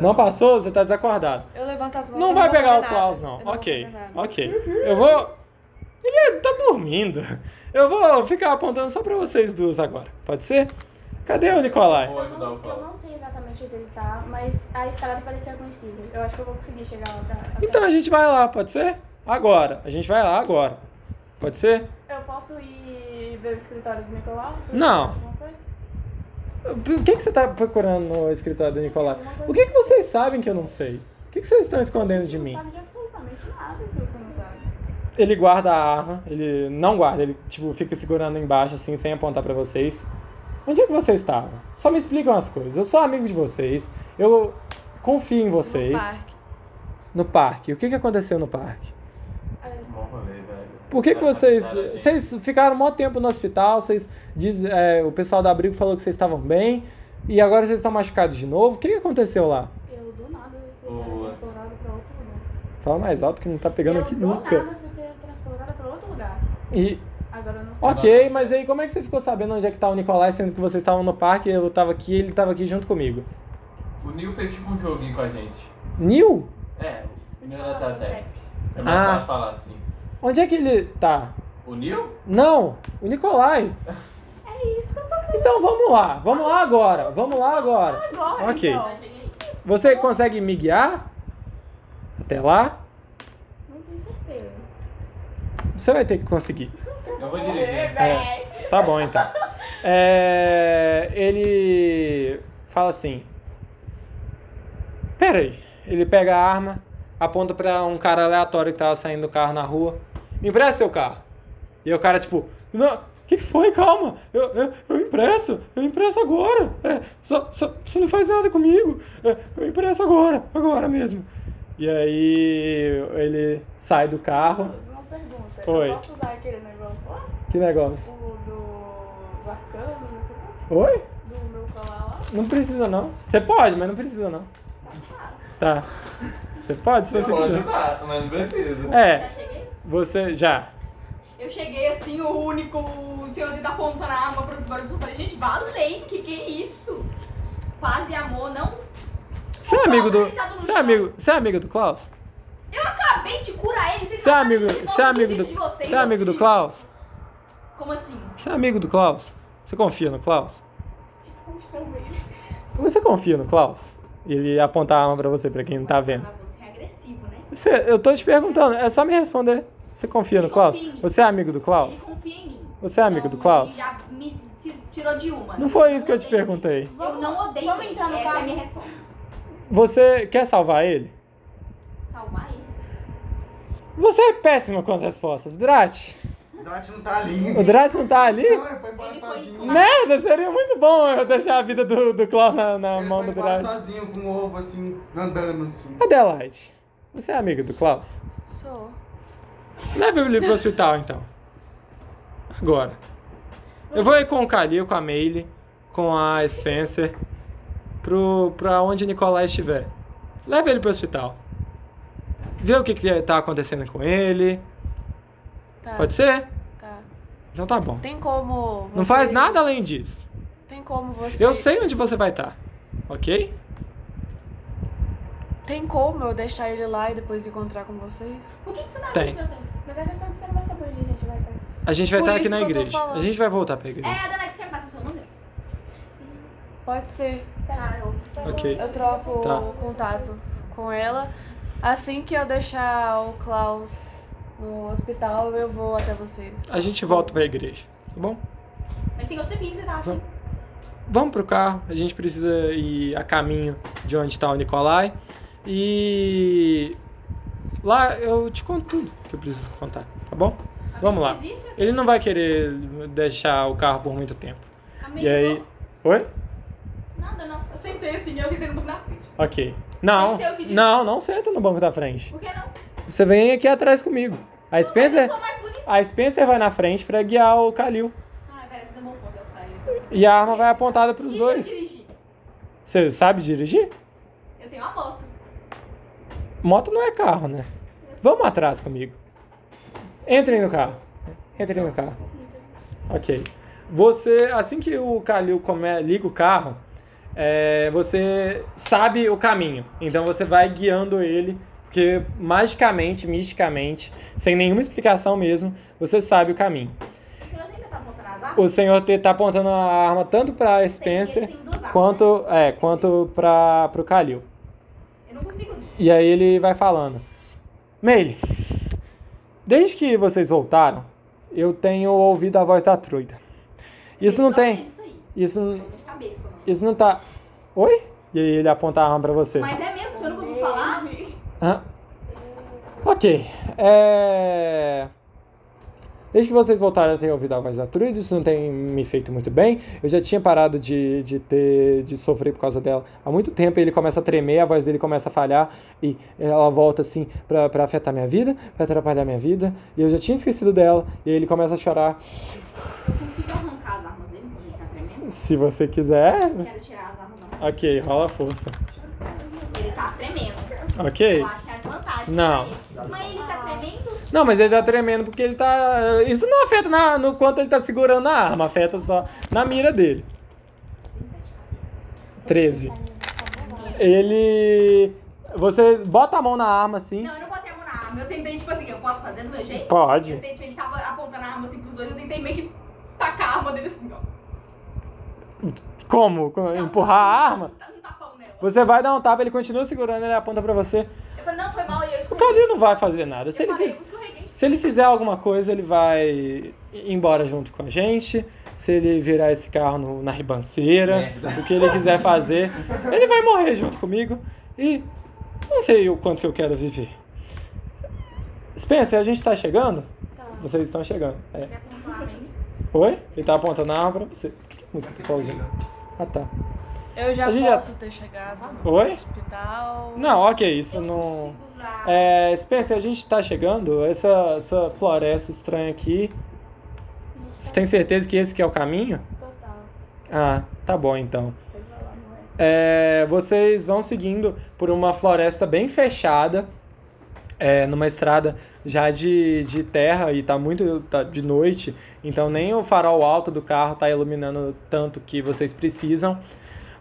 Speaker 1: Não passou, você tá desacordado.
Speaker 5: Eu levanto as mãos.
Speaker 1: Não
Speaker 5: eu
Speaker 1: vai
Speaker 5: vou
Speaker 1: pegar
Speaker 5: fazer
Speaker 1: o
Speaker 5: nada.
Speaker 1: Klaus, não.
Speaker 5: Eu vou
Speaker 1: Ok,
Speaker 5: fazer nada.
Speaker 1: ok. Eu vou. Ele tá dormindo. Eu vou ficar apontando só pra vocês duas agora. Pode ser? Cadê o Nicolai?
Speaker 4: Vou
Speaker 7: Eu
Speaker 4: ajudar
Speaker 7: não,
Speaker 4: o
Speaker 7: eu não
Speaker 4: Klaus.
Speaker 7: sei exatamente onde ele tá, mas a estrada parecia conhecida. Eu acho que eu vou conseguir chegar lá. tá? Até, até-
Speaker 1: Então a gente vai lá, pode ser? Agora. A gente vai lá agora. Pode ser?
Speaker 7: Eu posso ir ver o escritório do Nicolau?
Speaker 1: Não.
Speaker 7: Alguma coisa?
Speaker 1: O que, que você tá procurando no escritório do Nicolai? O que, que vocês sabem que eu não sei? O que, que vocês estão escondendo de mim?
Speaker 7: Não sabe de absolutamente nada que você não sabe.
Speaker 1: Ele guarda a arma, ele não guarda, ele tipo fica segurando embaixo assim, sem apontar pra vocês. Onde é que vocês estavam? Só me explicam as coisas. Eu sou amigo de vocês. Eu confio em vocês. No
Speaker 5: No parque.
Speaker 1: parque. O que que aconteceu no parque?
Speaker 4: Mó rolê, velho.
Speaker 1: Por que que
Speaker 4: Vai
Speaker 1: vocês
Speaker 4: matar a gente.
Speaker 1: vocês ficaram um tempo no hospital? Vocês diz, é, o pessoal da abrigo falou que vocês estavam bem e agora vocês estão machucados de novo. O que que aconteceu lá?
Speaker 7: É, Eu do nada fui
Speaker 4: Boa.
Speaker 7: transportada pra outro lugar.
Speaker 1: Fala mais alto que não tá pegando
Speaker 7: eu
Speaker 1: aqui
Speaker 7: do
Speaker 1: nunca.
Speaker 7: nada fui transportada pra outro lugar.
Speaker 1: E
Speaker 7: Agora eu não sei.
Speaker 1: Ok, mas aí como é que você ficou sabendo onde é que tá o Nicolai, sendo que vocês estavam no parque, eu tava aqui, ele tava aqui junto comigo?
Speaker 4: O Neil fez tipo um joguinho com a gente.
Speaker 1: Nil?
Speaker 4: É, o Neil era Tatec. É
Speaker 1: Ah.
Speaker 4: mais fácil falar assim.
Speaker 1: Onde é que ele tá?
Speaker 4: O Neil?
Speaker 1: Não, o Nicolai.
Speaker 7: É isso que eu tô
Speaker 1: Então vamos lá, vamos lá agora, vamos lá agora.
Speaker 7: agora.
Speaker 1: Ok.
Speaker 7: Então.
Speaker 1: Você consegue me guiar? Até lá?
Speaker 7: Não tenho certeza.
Speaker 1: Você vai ter que conseguir.
Speaker 4: Eu vou dirigir.
Speaker 1: É, tá bom então. É, ele fala assim. Peraí. Ele pega a arma, aponta pra um cara aleatório que tava saindo do carro na rua. Me empresta seu carro. E aí o cara, tipo, não, o que, que foi? Calma, eu, eu, eu empresto, eu empresto agora. É, só, só, você não faz nada comigo. É, eu empresto agora, agora mesmo. E aí ele sai do carro.
Speaker 7: Uma pergunta.
Speaker 1: Oi.
Speaker 7: Eu posso usar aquele negócio lá?
Speaker 1: Que negócio?
Speaker 7: O do. do arcano, não sei o
Speaker 1: Oi?
Speaker 7: que, Do meu colar lá?
Speaker 1: Não precisa não. Você pode, mas não precisa não. Tá. Você pode se
Speaker 4: Eu
Speaker 1: você
Speaker 4: vou
Speaker 1: quiser.
Speaker 4: ajudar, mas não preciso.
Speaker 1: É,
Speaker 6: Já cheguei?
Speaker 1: você já.
Speaker 3: Eu cheguei assim, o único, o senhor tá apontando a arma pros barulhos. Eu falei, gente, vá além, que que é isso? Paz e amor, não.
Speaker 1: Você é amigo do.
Speaker 6: tá
Speaker 1: Você é amigo. Você é amigo do Klaus?
Speaker 6: Acabei de curar ele, vocês
Speaker 1: Você é
Speaker 6: não sabem de
Speaker 1: amigo. Você é
Speaker 6: como
Speaker 1: amigo
Speaker 6: eu
Speaker 1: do.
Speaker 6: disse de vocês, assim.
Speaker 1: Você é amigo do
Speaker 6: eu-
Speaker 1: Klaus?
Speaker 6: Como assim?
Speaker 1: Você é amigo do Klaus? Você confia no Klaus?
Speaker 7: Isso que eu te chamei.
Speaker 1: Você confia no Klaus? Ele aponta a arma pra você, pra quem não tá vendo.
Speaker 6: Mas você é agressivo, né?
Speaker 1: Você, eu tô te perguntando, é só me responder. Você confia no Klaus? Você é amigo do
Speaker 6: Ele
Speaker 1: Klaus?
Speaker 6: confia em mim.
Speaker 1: Você é amigo do
Speaker 6: Então,
Speaker 1: Klaus?
Speaker 6: ele Já me ti- tirou de uma. assim,
Speaker 1: Não foi isso que eu te perguntei.
Speaker 6: Eu não odeio
Speaker 7: Vamos
Speaker 6: ele.
Speaker 7: entrar no
Speaker 6: Essa é
Speaker 7: carro?
Speaker 6: a minha resposta.
Speaker 1: Você quer salvar ele?
Speaker 6: Salvar ele.
Speaker 1: Você é péssima com as respostas, Drat.
Speaker 8: O Drat não tá ali. Então é
Speaker 1: O Drat não tá ali?
Speaker 8: Não, ele foi embora
Speaker 6: Ele foi
Speaker 8: sozinho.
Speaker 6: embora.
Speaker 1: Merda, seria muito bom eu deixar a vida do, do Klaus na, na
Speaker 8: Ele
Speaker 1: mão
Speaker 8: foi
Speaker 1: do
Speaker 8: embora
Speaker 1: Drat.
Speaker 8: sozinho com o ovo assim, andando assim.
Speaker 1: Adelaide, você é amiga do Klaus?
Speaker 5: Sou.
Speaker 1: Leva ele pro hospital então. Agora. Eu vou ir com o Kalil, com a Meile, com a Spencer, pro, pra onde o Nicolai estiver. Leva ele pro hospital. Vê o que, que tá acontecendo com ele.
Speaker 5: Tá.
Speaker 1: Pode ser?
Speaker 5: Tá.
Speaker 1: Então tá bom.
Speaker 5: Tem como.
Speaker 1: Não
Speaker 5: você-
Speaker 1: faz nada além disso.
Speaker 5: Tem como você.
Speaker 1: tá, Eu sei onde você vai estar, ok?
Speaker 5: Tem como eu deixar ele lá e depois encontrar com vocês?
Speaker 7: Por que, que você tá
Speaker 1: Tem.
Speaker 7: Mas a questão é que você não vai saber onde a gente vai estar.
Speaker 1: A gente vai
Speaker 5: Por
Speaker 1: estar aqui
Speaker 5: isso
Speaker 1: na
Speaker 5: que eu tô
Speaker 1: igreja. A
Speaker 5: falando.
Speaker 1: gente vai voltar pra igreja.
Speaker 6: É, Adelaide, você quer passar seu número?
Speaker 5: Pode ser.
Speaker 6: Tá, eu.
Speaker 1: Ok.
Speaker 5: Eu troco
Speaker 1: Tá.
Speaker 5: o contato com ela. Assim que eu deixar o Klaus no hospital, eu vou até vocês.
Speaker 1: A gente volta pra igreja, tá bom?
Speaker 6: Mas tem outro tempinho que você tá assim.
Speaker 1: Vamos pro carro, a gente precisa ir a caminho de onde tá o Nicolai. E lá eu te conto tudo que eu preciso contar, tá bom? Vamos lá. Ele não vai querer deixar o carro por muito tempo.
Speaker 6: Amigo,
Speaker 1: E aí. Oi?
Speaker 6: Nada, não.
Speaker 3: Eu sentei assim, eu sentei no banco na frente.
Speaker 1: Ok. Não,
Speaker 3: Tem que ser eu que digo.
Speaker 1: não, não senta no banco da frente.
Speaker 6: Por que não?
Speaker 1: Você vem aqui atrás comigo. A Spencer, a Spencer vai na frente pra guiar o Kalil.
Speaker 6: Ah, pera, você deu bom ponto, eu saí.
Speaker 1: E a arma vai apontada pros
Speaker 6: E
Speaker 1: dois.
Speaker 6: se eu dirigir?
Speaker 1: Você sabe dirigir?
Speaker 6: Eu tenho uma moto.
Speaker 1: Moto não é carro, né? Vamos atrás comigo. Entrem no carro. Entrem no carro. Ok. Você, assim que o Kalil come- liga o carro, é, você sabe o caminho. Então você vai guiando ele, porque magicamente, misticamente, sem nenhuma explicação mesmo, você sabe o caminho.
Speaker 6: O senhor ainda tá apontando as armas?
Speaker 1: O senhor T tá apontando a arma tanto pra Spencer quanto, é, quanto pra, pro Kalil.
Speaker 6: né? Eu não consigo.
Speaker 1: E aí ele vai falando: Meile, desde que vocês voltaram, eu tenho ouvido a voz da Truida. Isso
Speaker 3: Então,
Speaker 1: não tem.
Speaker 6: Isso aí.
Speaker 1: Isso,
Speaker 6: De cabeça, não.
Speaker 1: isso não tá. Oi? E aí ele aponta a arma pra você.
Speaker 6: Mas é mesmo, o senhor nunca ouviu falar?
Speaker 1: Hã? Ok. É... Desde que vocês voltaram, eu tenho ouvido a voz da Trude, isso não tem me feito muito bem. Eu já tinha parado de, de ter de sofrer por causa dela há muito tempo. Ele começa a tremer, a voz dele começa a falhar e ela volta assim pra, pra afetar minha vida, pra atrapalhar minha vida. E eu já tinha esquecido dela e ele começa a chorar.
Speaker 6: Eu consigo arrancar as armas dele quando ele tá tremendo?
Speaker 1: Se você quiser.
Speaker 6: Quero tirar as armas da mão.
Speaker 1: Ok, rola a força.
Speaker 6: Ele tá tremendo.
Speaker 1: Ok.
Speaker 6: Eu acho que é a vantagem.
Speaker 1: Não.
Speaker 6: Mas ele tá tremendo?
Speaker 1: Não, mas ele tá tremendo porque ele tá. Isso não afeta na- no quanto ele tá segurando a arma, afeta só na mira dele. 13. Ele. Você bota a mão na arma assim.
Speaker 6: Não, eu não botei a mão na arma. Eu tentei, tipo assim, eu posso fazer do meu jeito?
Speaker 1: Pode.
Speaker 6: Eu tentei, tipo, ele tava apontando a arma assim pros olhos, eu tentei meio que tacar a arma dele assim, ó.
Speaker 1: Como? Com- Empurrar a arma?
Speaker 6: Um tapão nela.
Speaker 1: Você vai dar um tapa, ele continua segurando, ele aponta pra você.
Speaker 6: Eu falei, não, foi mal e eu
Speaker 1: O
Speaker 6: escorreguei.
Speaker 1: Calil não vai fazer nada. Se
Speaker 6: Eu
Speaker 1: ele,
Speaker 6: falei,
Speaker 1: fiz-
Speaker 6: eu escorreguei.
Speaker 1: se ele fizer alguma coisa, ele vai ir embora junto com a gente. Se ele virar esse carro no- na ribanceira, o que ele quiser fazer, ele vai morrer junto comigo. E não sei o quanto que eu quero viver. Spencer, a gente tá chegando? Vocês estão chegando. É.
Speaker 6: Ele apontou a arma em mim.
Speaker 1: Oi? Ele tá apontando a arma pra você. Por que, que a música tá pausando? Ah, tá.
Speaker 5: Eu já
Speaker 1: A gente já-
Speaker 5: posso ter chegado no
Speaker 1: Oi?
Speaker 5: hospital.
Speaker 1: Não, ok, isso não. É, Spencer, a gente tá chegando. Essa, essa floresta estranha aqui. Você tem certeza que esse que é o caminho?
Speaker 7: Total.
Speaker 1: Ah, tá bom então.
Speaker 7: Foi pra lá, não é?
Speaker 1: É, vocês vão seguindo por uma floresta bem fechada, é, numa estrada já de, de terra e tá muito tá de noite, então nem o farol alto do carro tá iluminando tanto que vocês precisam.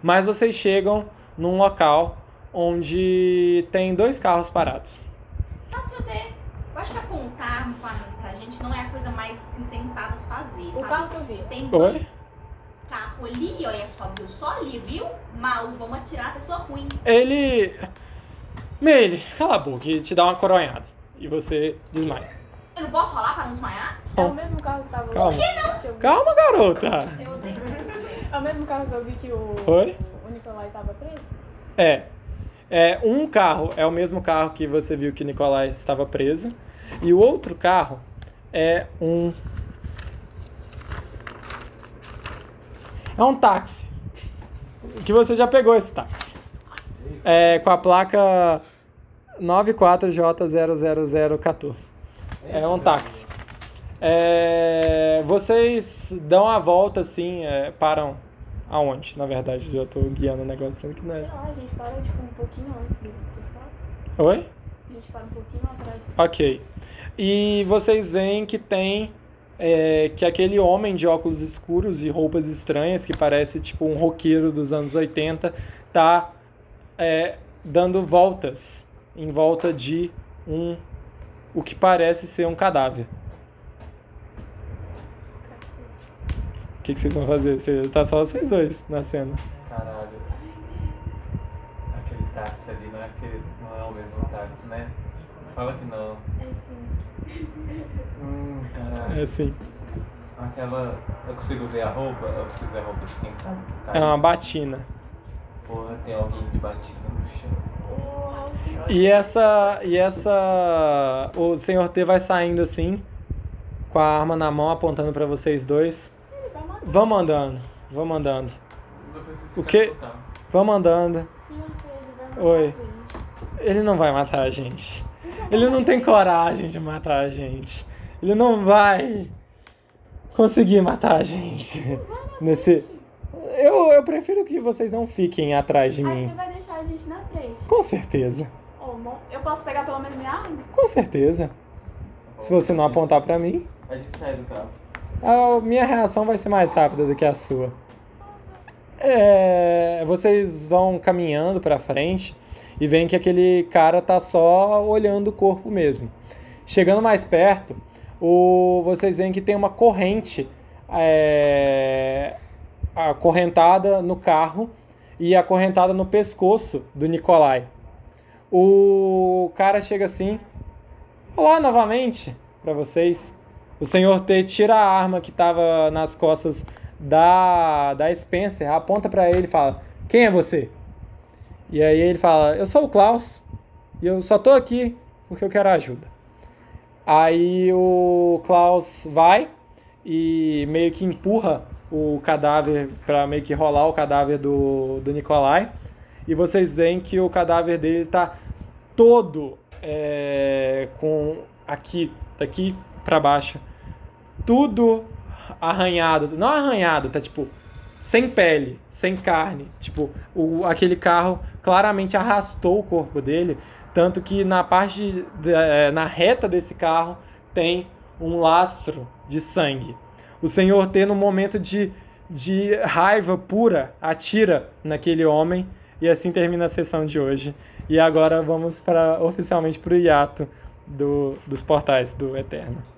Speaker 1: Mas vocês chegam num local onde tem dois carros parados.
Speaker 6: Sabe, senhor T? Eu acho que apontar arma pra, pra gente não é a coisa mais assim, sensata de fazer.
Speaker 7: O
Speaker 6: sabe?
Speaker 7: carro que eu vi.
Speaker 6: Tem dois
Speaker 1: Oi?
Speaker 6: carros ali, olha só, viu? Só ali, viu? Mal, vamos atirar a pessoa ruim.
Speaker 1: Ele. Meire, cala a boca e te dá uma coronhada. E você desmaia.
Speaker 6: Eu não posso rolar pra não desmaiar?
Speaker 7: É o mesmo carro que tava
Speaker 1: Calma.
Speaker 7: lá. Que eu vi.
Speaker 1: Calma, garota!
Speaker 6: Eu tenho.
Speaker 7: É o mesmo carro que eu vi que o,
Speaker 1: Oi?
Speaker 7: o Nicolai tava preso?
Speaker 1: É. É, um carro é o mesmo carro que você viu que Nicolai estava preso. E o outro carro é um. É um táxi. Que você já pegou esse táxi. É, com a placa 94J00014. É um táxi. É, vocês dão a volta assim, é, param aonde? Na verdade, eu já tô guiando o negócio sendo que não é.
Speaker 7: Sei lá, a gente parou tipo um pouquinho antes do do carro.
Speaker 1: Oi?
Speaker 7: A gente parou um pouquinho atrás.
Speaker 1: Ok. E vocês veem que tem é, que aquele homem de óculos escuros e roupas estranhas, que parece tipo um roqueiro dos anos 80, tá é, dando voltas em volta de um o que parece ser um cadáver. O que, que vocês vão fazer? Cê- Tá só vocês dois na cena.
Speaker 4: Caralho. Aquele táxi ali não é, aquele, não é o mesmo táxi, né? Fala que não.
Speaker 7: É sim.
Speaker 4: Hum, caralho.
Speaker 1: É assim.
Speaker 4: Aquela. Eu consigo ver a roupa? Eu consigo ver a roupa de quem tá. tá
Speaker 1: É uma batina. Ah.
Speaker 4: Porra, tem alguém de batida no chão.
Speaker 1: E essa. E essa. O senhor T vai saindo assim, com a arma na mão, apontando pra vocês dois. Vamos andando, vamos andando. O que? Vamos andando.
Speaker 7: Senhor T, ele vai matar
Speaker 1: Oi.
Speaker 7: a gente.
Speaker 1: Ele não vai matar a gente. Ele não tem coragem de matar a gente. Ele não vai conseguir matar a gente. Nesse. Eu, eu prefiro que vocês não fiquem atrás de
Speaker 7: Aí
Speaker 1: mim.
Speaker 7: você vai deixar a gente na frente.
Speaker 1: Com certeza.
Speaker 7: Ô, mo- eu posso pegar pelo menos minha arma?
Speaker 1: Com certeza. Se você não apontar pra mim,
Speaker 4: A gente sai do carro.
Speaker 1: a minha reação vai ser mais rápida do que a sua. É, vocês vão caminhando pra frente e veem que aquele cara tá só olhando o corpo mesmo. Chegando mais perto, o, vocês veem que tem uma corrente é, acorrentada no carro e acorrentada no pescoço do Nikolai. O cara chega assim, Olá novamente para vocês. O senhor T tira a arma que estava nas costas da, da Spencer, aponta para ele e fala: Quem é você? E aí ele fala: Eu sou o Klaus e eu só tô aqui porque eu quero ajuda. Aí o Klaus vai e meio que empurra o cadáver para meio que rolar o cadáver do, do Nikolai. E vocês veem que o cadáver dele tá todo é, com aqui, daqui pra baixo, tudo arranhado, não arranhado, tá tipo sem pele, sem carne, tipo o, aquele carro claramente arrastou o corpo dele, tanto que na parte de- de- eh, na reta desse carro tem um lastro de sangue. O senhor T no momento de de raiva pura atira naquele homem e assim termina a sessão de hoje. E agora vamos para oficialmente para o hiato do, dos portais do Eterno.